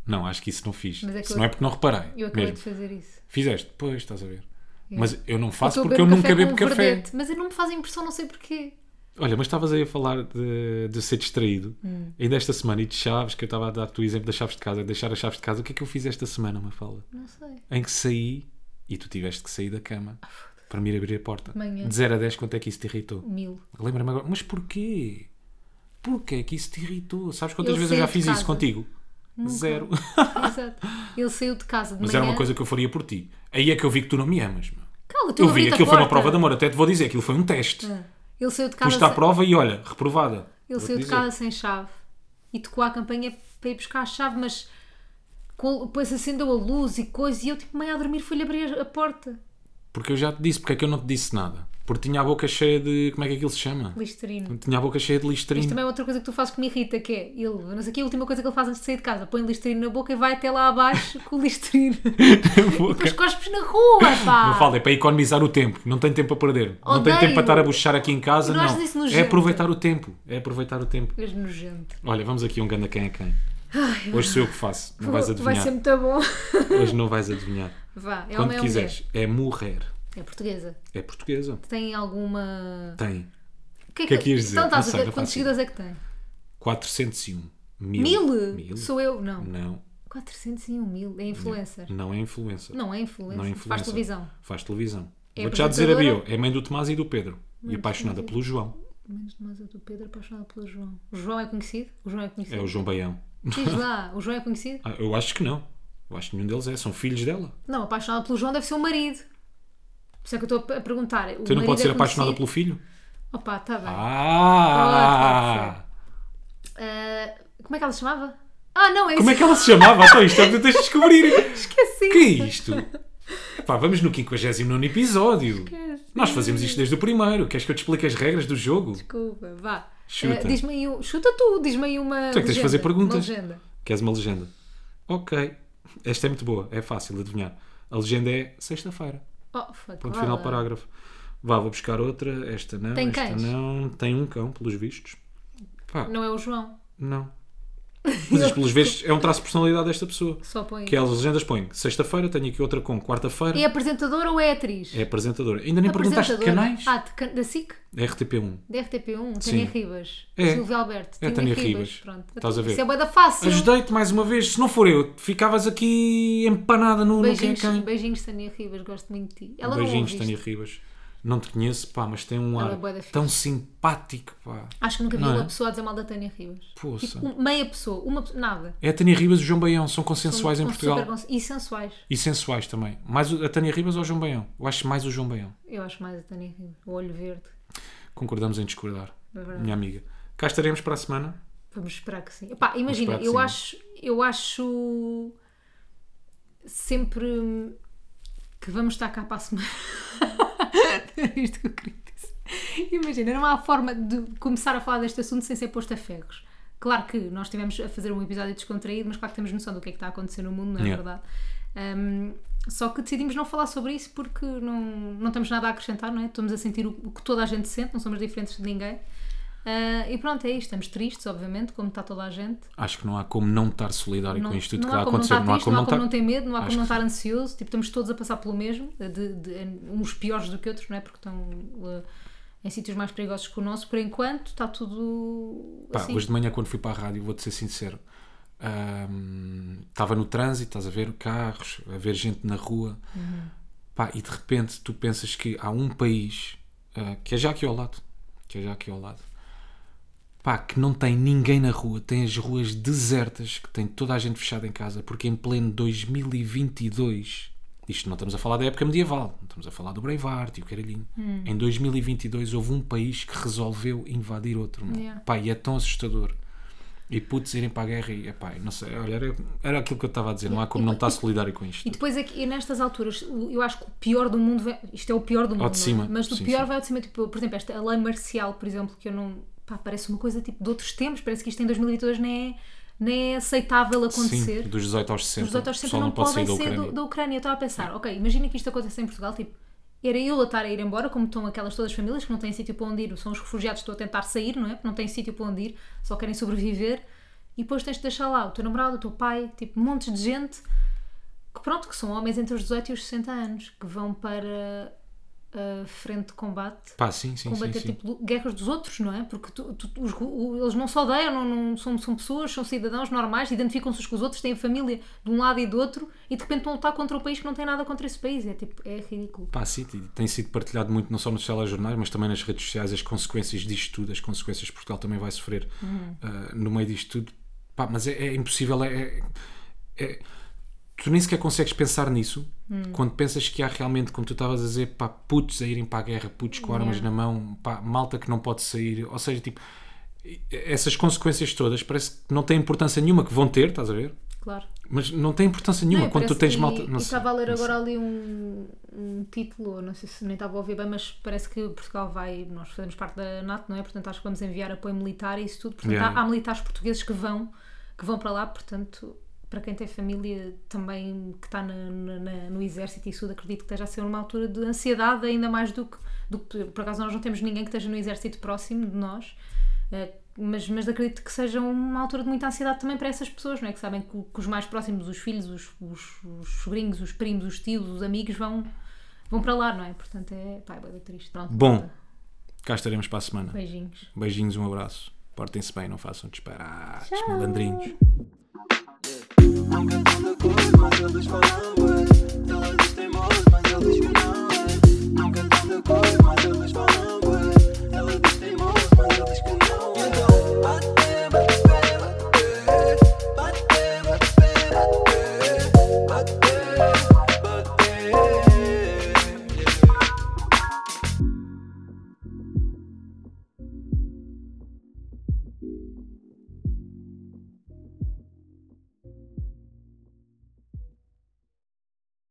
Não, acho que isso não fiz. Mas é que Se eu- não é porque não reparei. Eu acabei mesmo. de fazer isso. Fizeste? Pois, estás a ver. Mas eu não Estou faço a Ah, porque eu um nunca café bebo com café. verdete, Mas eu não me faz a impressão, não sei porquê. Olha, mas estavas aí a falar de, de ser distraído Hum. ainda esta semana e de chaves, que eu estava a dar-te o exemplo das chaves de casa, de deixar as chaves de casa. O que é que eu fiz esta semana, Mafalda? Não sei. Em que saí e tu tiveste que sair da cama para me ir abrir a porta. Manhã. De 0 a 10, quanto é que isso te irritou? Mil. Lembra-me agora, mas porquê? Porquê que isso te irritou? Sabes quantas Eu vezes eu já saí de fiz casa. isso contigo? Zero. Exato. Ele saiu de casa de Mas manhã. era uma coisa que eu faria por ti. Aí é que eu vi que tu não me amas, meu. Cala, tu Eu vi, abriste a aquilo foi uma porta. prova de amor, até te vou dizer, aquilo foi um teste. Ele saiu de casa. Pus-te à sem- prova e olha, reprovada. Ele Vou-te saiu de dizer. casa sem chave e tocou à campanha para ir buscar a chave, mas com- depois acendeu a luz e coisa. E eu, tipo, meio a dormir, fui-lhe abrir a porta. Porque eu já te disse, porque é que eu não te disse nada? Porque tinha a boca cheia de. Como é que aquilo se chama? Listerino. Tinha a boca cheia de Isto listrino. também é outra coisa que tu fazes que me irrita, que é ele, não sei o que, a última coisa que ele faz antes de sair de casa, põe listerino na boca e vai até lá abaixo com o listerino. é Boca. Depois cospes na rua, Não pá! falo, é para economizar o tempo. Não tenho tempo a perder. Não tenho ah. Odeio. tempo para estar a buchar aqui em casa, Eu acho não. isso É nojento. aproveitar o tempo. É aproveitar o tempo. És nojento. Olha, vamos aqui um ganda quem é quem. Hoje sou eu que faço. Não vais Vai adivinhar. ser muito bom. Hoje não vais adivinhar. Vá, é Quando homem ou mulher? quiseres. É morrer. É portuguesa. É portuguesa. Tem alguma. Tem O que que é que ias dizer? Então, Não estás a sei, ver não quantos faço seguidores é que tem? 401 mil. Mil? Mil? Sou eu? Não. Não, 401 mil. É influencer. não é influencer. Não, é influencer. Não é Faz influencer. televisão. Faz televisão. É Vou-te já dizer a bio. apresentadora? Hum, É mãe do Tomás e do Pedro. e apaixonada pelo João. Menos de mais eu do Pedro apaixonado pelo João. O João é conhecido? O João é conhecido? É o João Baião. Diz lá, o João é conhecido? Ah, eu acho que não. Eu acho que nenhum deles é. São filhos dela. Não, apaixonado pelo João deve ser o marido. Por isso é que eu estou a perguntar. O Tu não marido pode é ser apaixonada conhecido? pelo filho? Opa, está bem. Ah! Ah, como é que ela se chamava? Ah, não, é Como é isso. que ela se chamava? Então, isto é o que tu tens de descobrir. Esqueci. Que é isto? Pá, vamos no 59 episódio. Nós fazemos isto desde o primeiro. Queres que eu te explique as regras do jogo? Desculpa, vá. Chuta. Eh, diz-me aí, um- chuta tu, diz-me aí uma. Tu é que tens de legenda, fazer perguntas. Uma legenda. Queres uma legenda? Ok. Esta é muito boa, é fácil de adivinhar. A legenda é sexta-feira. Oh, fuck, Ponto vá final, lá. parágrafo. Vá, vou buscar outra. Esta não, Tem esta cães? não. Tem um cão, pelos vistos. Pá, não. Não é o João, Mas isto, pelos vistos, é um traço de personalidade desta pessoa. só põe. Que é as legendas põem sexta-feira, tenho aqui outra com quarta-feira. É apresentadora ou é atriz? É apresentadora. Ainda nem perguntaste de Apresentadora. canais? Ah, de can- da SIC? RTP1. Da RTP1, Sim. Tânia Ribas. É. Silvia Alberto. É a Tânia Ribas. Pronto. Estás a ver? Isso é bué da fácil. Ajudei-te mais uma vez. Se não for eu, ficavas aqui empanada no, no quem é Beijinhos, quem. beijinhos, Tânia Ribas, gosto muito de ti. Ela Beijinhos, não ouve Tânia isto. Ribas. Não te conheço, pá, mas tem um Ela é ar bué da fixe. tão simpático, pá. Acho que nunca vi Não é? uma pessoa a dizer mal da Tânia Ribas. Poça. Tipo, um- meia pessoa, uma pessoa, nada. É a Tânia Ribas e o João Baião, são consensuais São em Portugal. super cons- E sensuais. E sensuais também. Mais o- a Tânia Ribas ou o João Baião? Eu acho mais o João Baião. Eu acho mais a Tânia Ribas. O olho verde. Concordamos em discordar, É verdade. minha amiga. Cá estaremos para a semana. Vamos esperar que sim. Epá, imagina, esperar que eu sim. acho, eu acho sempre hum, que vamos estar cá para a semana. Era isto que eu queria dizer. Imagina, não há forma de começar a falar deste assunto sem ser posto a ferros. Claro que nós estivemos a fazer um episódio descontraído, mas claro que temos noção do que é que está a acontecer no mundo, não é Yeah. verdade? Hum, só que decidimos não falar sobre isso porque não, não temos nada a acrescentar, não é? Estamos a sentir o, o que toda a gente sente, não somos diferentes de ninguém. Ah, e pronto, é isto. Estamos tristes, obviamente, como está toda a gente. Acho que não há como não estar solidário Não, É com isto tudo não que está há a como não acontecer. estar Não há triste, como não não há como não estar. ter medo, não há Acho como não que estar ansioso. Tipo, estamos todos a passar pelo mesmo, de, de- uns piores do que outros, não é? Porque estão ah, em sítios mais perigosos que o nosso. Por enquanto, está tudo Pá, assim. hoje de manhã, quando fui para a rádio, vou-te ser sincero, ahm, estava no trânsito, estás a ver carros, a ver gente na rua, Pá, e de repente tu pensas que há um país ah, que é já aqui ao lado, que é já aqui ao lado, pá, que não tem ninguém na rua, tem as ruas desertas, que tem toda a gente fechada em casa, porque em pleno 2022, isto não estamos a falar da época medieval, não estamos a falar do Breivart e o caralhinho, Hum. em 2022 houve um país que resolveu invadir outro, meu. Yeah. pá, e é tão assustador. E putos irem para a guerra e, epá, não sei, olha, era, era aquilo que eu estava a dizer, não há como não estar solidário com isto. E depois aqui, e nestas alturas, o- eu acho que o pior do mundo vem, isto é o pior do mundo, não é? cima, mas do sim, pior sim. vai ao de cima, tipo, por exemplo, esta a lei marcial, por exemplo, que eu não, pá, parece uma coisa tipo de outros tempos, parece que isto em 2022 nem é, nem é aceitável acontecer. Sim, dos 18 aos 60. Os outros o sempre pessoal não, pode podem da ser do- Ucrânia. da Ucrânia. Eu estava a pensar, ok, imagina que isto aconteça em Portugal, tipo, era eu a estar a ir embora, como estão aquelas todas as famílias que não têm sítio para onde ir, são os refugiados que estão a tentar sair, não é? Porque não têm sítio para onde ir, só querem sobreviver. E depois tens de deixar lá o teu namorado, o teu pai, tipo, montes de gente que, pronto, que são homens entre os 18 e os 60 anos, que vão para ah, frente de combate. Pá, sim, sim, sim. combater sim. tipo guerras dos outros, não é? Porque tu- tu- os- o- eles não se odeiam, não, não- são, são pessoas, são cidadãos normais, identificam-se uns com os outros, têm família de um lado e do outro e de repente vão lutar contra o país que não tem nada contra esse país. É tipo, é ridículo. Pá, sim, t- tem sido partilhado muito, não só nos telejornais, mas também nas redes sociais, as consequências disto tudo, as consequências que Portugal também vai sofrer Uhum. ah, no meio disto tudo. Pá, mas é, é impossível, é, é- é- Tu nem sequer consegues pensar nisso Hum. quando pensas que há realmente, como tu estavas a dizer, pá, putos a irem para a guerra, putos com armas na mão, pá, malta que não pode sair, ou seja, tipo, e- essas consequências todas parece que não têm importância nenhuma, que vão ter, estás a ver? Claro. Mas não tem importância nenhuma Não, quando tu parece- tens e- malta. E não sei, estava a ler não sei. agora ali um, um título, ou não sei se nem estava a ouvir bem, mas parece que Portugal vai. Nós fazemos parte da NATO, não é? Portanto, acho que vamos enviar apoio militar e isso tudo. Portanto, Yeah. há, há militares portugueses que vão, que vão para lá, portanto. Para quem tem família também que está na- na- na- no exército e isso, tudo, acredito que esteja a ser uma altura de ansiedade, ainda mais do que, do que. Por acaso, nós não temos ninguém que esteja no exército próximo de nós, eh, mas, mas acredito que seja uma altura de muita ansiedade também para essas pessoas, não é? Que sabem que, o- que os mais próximos, os filhos, os, os, os sobrinhos, os primos, os tios, os amigos vão, vão para lá, não é? Portanto, é. pá, é bué da triste. Pronto, Bom, cá estaremos para a semana. Beijinhos. Beijinhos, um abraço. Portem-se bem, não façam disparates, malandrinhos. Nunca tão de cor, mas eles falam bué.